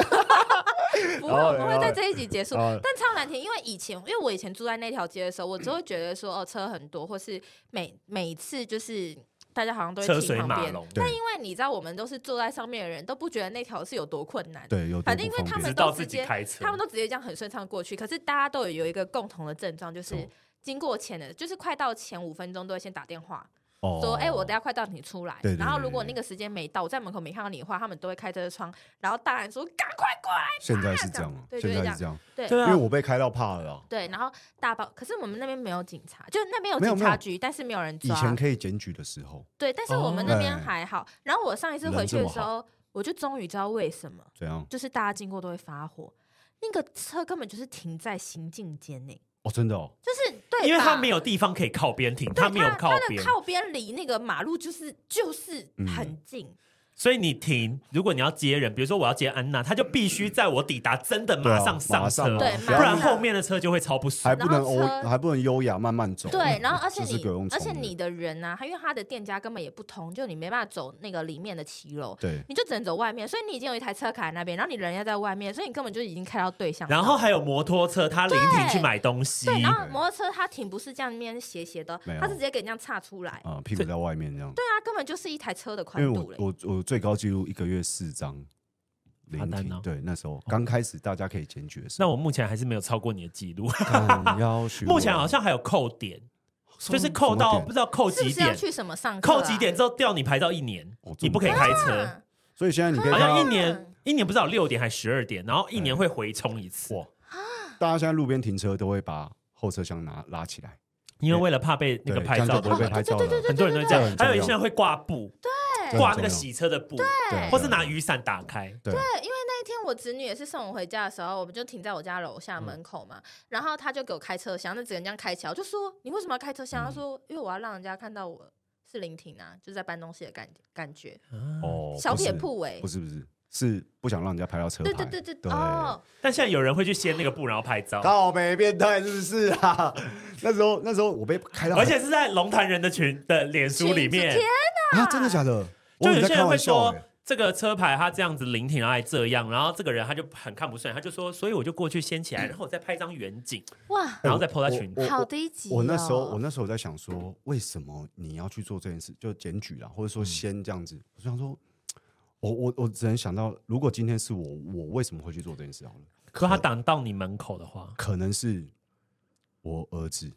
Speaker 2: 不会，
Speaker 3: 然后
Speaker 2: 我
Speaker 3: 嘞
Speaker 2: 们
Speaker 3: 然
Speaker 2: 会
Speaker 3: 后
Speaker 2: 在
Speaker 3: 嘞
Speaker 2: 这一集结束。
Speaker 3: 然后嘞
Speaker 2: 但超难听，因为以前，因为我以前住在那条街的时候，我只会觉得说，哦，车很多，或是每每次就是大家好像都
Speaker 1: 车
Speaker 2: 会
Speaker 1: 水
Speaker 2: 停旁
Speaker 1: 马
Speaker 2: 边
Speaker 1: 龙。
Speaker 2: 但因为你知道，我们都是坐在上面的人，都不觉得那条是有多困难。
Speaker 3: 对，有
Speaker 2: 反正因为他
Speaker 1: 直
Speaker 2: 们
Speaker 1: 到
Speaker 2: 都
Speaker 1: 自
Speaker 2: 直
Speaker 1: 己
Speaker 2: 接
Speaker 1: 开车，
Speaker 2: 他们都直接这样很顺畅过去。可是大家都有有一个共同的症状，就是
Speaker 3: 什么
Speaker 2: 经过前的，就是快到前五分钟都会先打电话
Speaker 3: 哦
Speaker 2: 说：“哎、我等下快到，你出来。
Speaker 3: 对对对
Speaker 2: 然后如
Speaker 3: 对
Speaker 2: 果
Speaker 3: 对
Speaker 2: 那个时间没到，我在门口没看到你的话，他们都会开车窗，然后大喊说：“赶快过来
Speaker 3: 现在是这样啊，
Speaker 2: 对
Speaker 3: 现
Speaker 2: 就是
Speaker 3: 在是这样，！”
Speaker 2: 对
Speaker 1: 对
Speaker 3: 因
Speaker 1: 啊
Speaker 3: 为我被开到怕了啊。
Speaker 2: 对，然后大包，可是我们那边没有警察，就那边有
Speaker 3: 没有
Speaker 2: 警
Speaker 3: 没
Speaker 2: 察
Speaker 3: 有
Speaker 2: 局，但是没有人
Speaker 3: 以前
Speaker 2: 抓。
Speaker 3: 可以检举的时候
Speaker 2: 对，但是我们那边
Speaker 3: 哦
Speaker 2: 还好。然后我上一次
Speaker 3: 人
Speaker 2: 回去
Speaker 3: 这
Speaker 2: 的
Speaker 3: 么
Speaker 2: 时候，我就终于知道为什么，
Speaker 3: 怎样？
Speaker 2: 就是大家经过都会发火，那个车根本就是停在行进间内，
Speaker 3: 哦，真的哦，
Speaker 2: 就是对，
Speaker 1: 因为他没
Speaker 2: 有。
Speaker 1: 有地方可以靠边停，
Speaker 2: 对
Speaker 1: 他没有靠
Speaker 2: 他的
Speaker 1: 边，
Speaker 2: 靠边离那个马路就是就是
Speaker 3: 嗯
Speaker 2: 很近，
Speaker 1: 所以你停。如果你要接人，比如说我要接安娜，他就必须在我抵达真的马上
Speaker 3: 对啊
Speaker 1: 上车，
Speaker 3: 马上啊
Speaker 2: 对
Speaker 1: 不
Speaker 2: 马
Speaker 1: 然
Speaker 2: 上
Speaker 1: 后面的车就会超不爽
Speaker 3: 还。不能欧
Speaker 2: 然后，车
Speaker 3: 还不能优雅慢慢走。
Speaker 2: 对，然后而且
Speaker 3: 这是
Speaker 2: 你
Speaker 3: 个用
Speaker 2: 而且
Speaker 3: 冲的
Speaker 2: 你的人啊，他因为他的店家根本也不通，就你没办法走那个里面的骑楼，
Speaker 3: 对
Speaker 2: 你就只能走外面，所以你已经有一台车卡在那边，然后你人要在外面，所以你根本就已经开到对象道。
Speaker 1: 然后还有摩托车，他临停去买东西，
Speaker 2: 对，然后摩托车它停不是这样面斜斜的，
Speaker 3: 没有
Speaker 2: 它是直接给你这样岔出来，
Speaker 3: 啊，屁股在外面这样。
Speaker 2: 对啊，根本就是一台车的
Speaker 3: 因
Speaker 2: 宽
Speaker 3: 为
Speaker 2: 度
Speaker 3: 我
Speaker 2: 嘞。
Speaker 3: 我我最高纪录一个月四张
Speaker 1: 罚
Speaker 3: 零
Speaker 1: 单
Speaker 3: 停
Speaker 1: 哦，
Speaker 3: 对，那时候刚开始大家可以检举的时
Speaker 1: 那
Speaker 3: 候，
Speaker 1: 我目前还是没有超过你的记录，
Speaker 3: 干要许我
Speaker 1: 目前好像还有扣点，就是
Speaker 3: 什
Speaker 1: 扣
Speaker 3: 么
Speaker 1: 到
Speaker 3: 点
Speaker 1: 不知道扣
Speaker 2: 是不
Speaker 1: 几
Speaker 2: 是要
Speaker 1: 点，
Speaker 2: 去什么上课、啊？嗯
Speaker 1: 扣几？点之后吊你牌照一年
Speaker 3: 哦，
Speaker 1: 你不可以
Speaker 3: 这
Speaker 1: 开
Speaker 3: 么
Speaker 1: 车。
Speaker 3: 所以现在你可以
Speaker 1: 好
Speaker 3: 看
Speaker 1: 像
Speaker 3: 到
Speaker 1: 一年一年不知道有六点还十二点，然后一年会回冲一次，
Speaker 2: 啊
Speaker 3: 大家现在路边停车都会把后车厢拿拉起来，
Speaker 1: 因为为了怕被那个
Speaker 3: 对
Speaker 1: 牌
Speaker 3: 这
Speaker 1: 照
Speaker 3: 样就
Speaker 1: 不
Speaker 3: 不会
Speaker 1: 会
Speaker 3: 被拍照
Speaker 2: 对对
Speaker 3: 了。
Speaker 2: 对
Speaker 1: 很多人都这
Speaker 3: 这
Speaker 1: 样
Speaker 3: 很，重
Speaker 1: 还
Speaker 3: 要
Speaker 1: 有一些人会挂布，
Speaker 3: 对
Speaker 1: 挂那
Speaker 3: 很重
Speaker 1: 个
Speaker 3: 要
Speaker 1: 洗车的布，
Speaker 3: 对
Speaker 1: 或是拿雨伞打开。
Speaker 2: 对，
Speaker 3: 对
Speaker 2: 因为那一天我侄女也是送我回家的时候，我们就停在我家楼
Speaker 3: 嗯
Speaker 2: 下门口嘛，然后她就给我开车厢，那只能这样开起来。我就说你为什么要开车
Speaker 3: 嗯
Speaker 2: 厢？她说因为我要让人家看到我是临停啊，就是在搬东西的感感觉，
Speaker 3: 哦，
Speaker 2: 小
Speaker 3: 不是
Speaker 2: 撇步哎、
Speaker 3: 不是不是，是不想让人家拍到车牌。
Speaker 2: 对对对对对哦，
Speaker 1: 但现在有人会去掀那个布，然后拍照，
Speaker 3: 靠北变态是不是啊？那时候那时候我被开到，
Speaker 1: 而且是在龙潭人的群的脸书里面
Speaker 2: 裙子。天
Speaker 3: 啊，真的假的？
Speaker 1: 就
Speaker 3: 我
Speaker 1: 有些
Speaker 3: 有在开
Speaker 1: 人会
Speaker 3: 玩笑
Speaker 1: 说
Speaker 3: 欸，
Speaker 1: 这个车牌他这样子临停，然后还这样，然后这个人他就很看不顺，他就说，所以我就过去掀起来，然后我再拍张远景，
Speaker 2: 哇，
Speaker 1: 然后再 PO 在群里。
Speaker 3: 我我
Speaker 2: 好低级、哦
Speaker 3: 我那时
Speaker 1: 啊
Speaker 3: 候，我那时候在想说，为什么你要去做这件事，就检举啦，或者说
Speaker 1: 嗯
Speaker 3: 先这样子？我就想说，我我我只能想到，如果今天是我，我为什么会去做这件事？好了，
Speaker 1: 如果他挡到你门口的话，
Speaker 3: 可能是我儿子，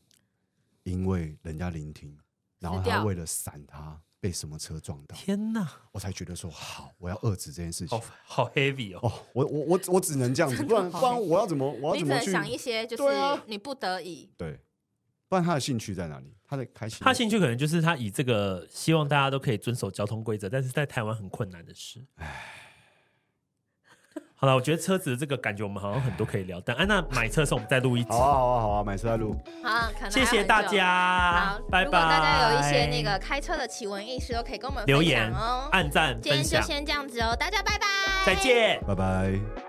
Speaker 3: 因为人家聆听，然后
Speaker 2: 死掉
Speaker 3: 他为了闪他被什么车撞到，
Speaker 1: 天哪，
Speaker 3: 我才觉得说好，我要遏制这件事情
Speaker 1: 好。好 heavy 哦。
Speaker 3: 哦，我我我我只能这样子，不然
Speaker 2: 好
Speaker 3: 不然我要怎么我要
Speaker 2: 你
Speaker 3: 怎
Speaker 2: 只
Speaker 3: 么
Speaker 2: 能
Speaker 3: 去？
Speaker 2: 想一些就是
Speaker 3: 对啊
Speaker 2: 你不得已，
Speaker 3: 对，不然他的兴趣在哪里？他的开心，
Speaker 1: 他兴趣可能就是他以这个希望大家都可以遵守交通规则，但是在台湾很困难的事。 好了，我觉得车子的这个感觉我们好像很多可以聊，但安娜买车的时候我们再录一集
Speaker 3: 好。啊好啊好啊，买车在路。
Speaker 2: 好，可能
Speaker 1: 谢谢大
Speaker 2: 还
Speaker 1: 家
Speaker 2: 很久。好，，
Speaker 1: 拜拜。
Speaker 2: 如果大家有一些那个开车的奇闻异事，都可以跟我们
Speaker 1: 留
Speaker 2: 分
Speaker 1: 言
Speaker 2: 享哦、
Speaker 1: 按赞、
Speaker 2: 今
Speaker 1: 分
Speaker 2: 天就
Speaker 1: 享，
Speaker 2: 先这样子哦，大家拜拜，
Speaker 1: 再见。
Speaker 3: 拜拜。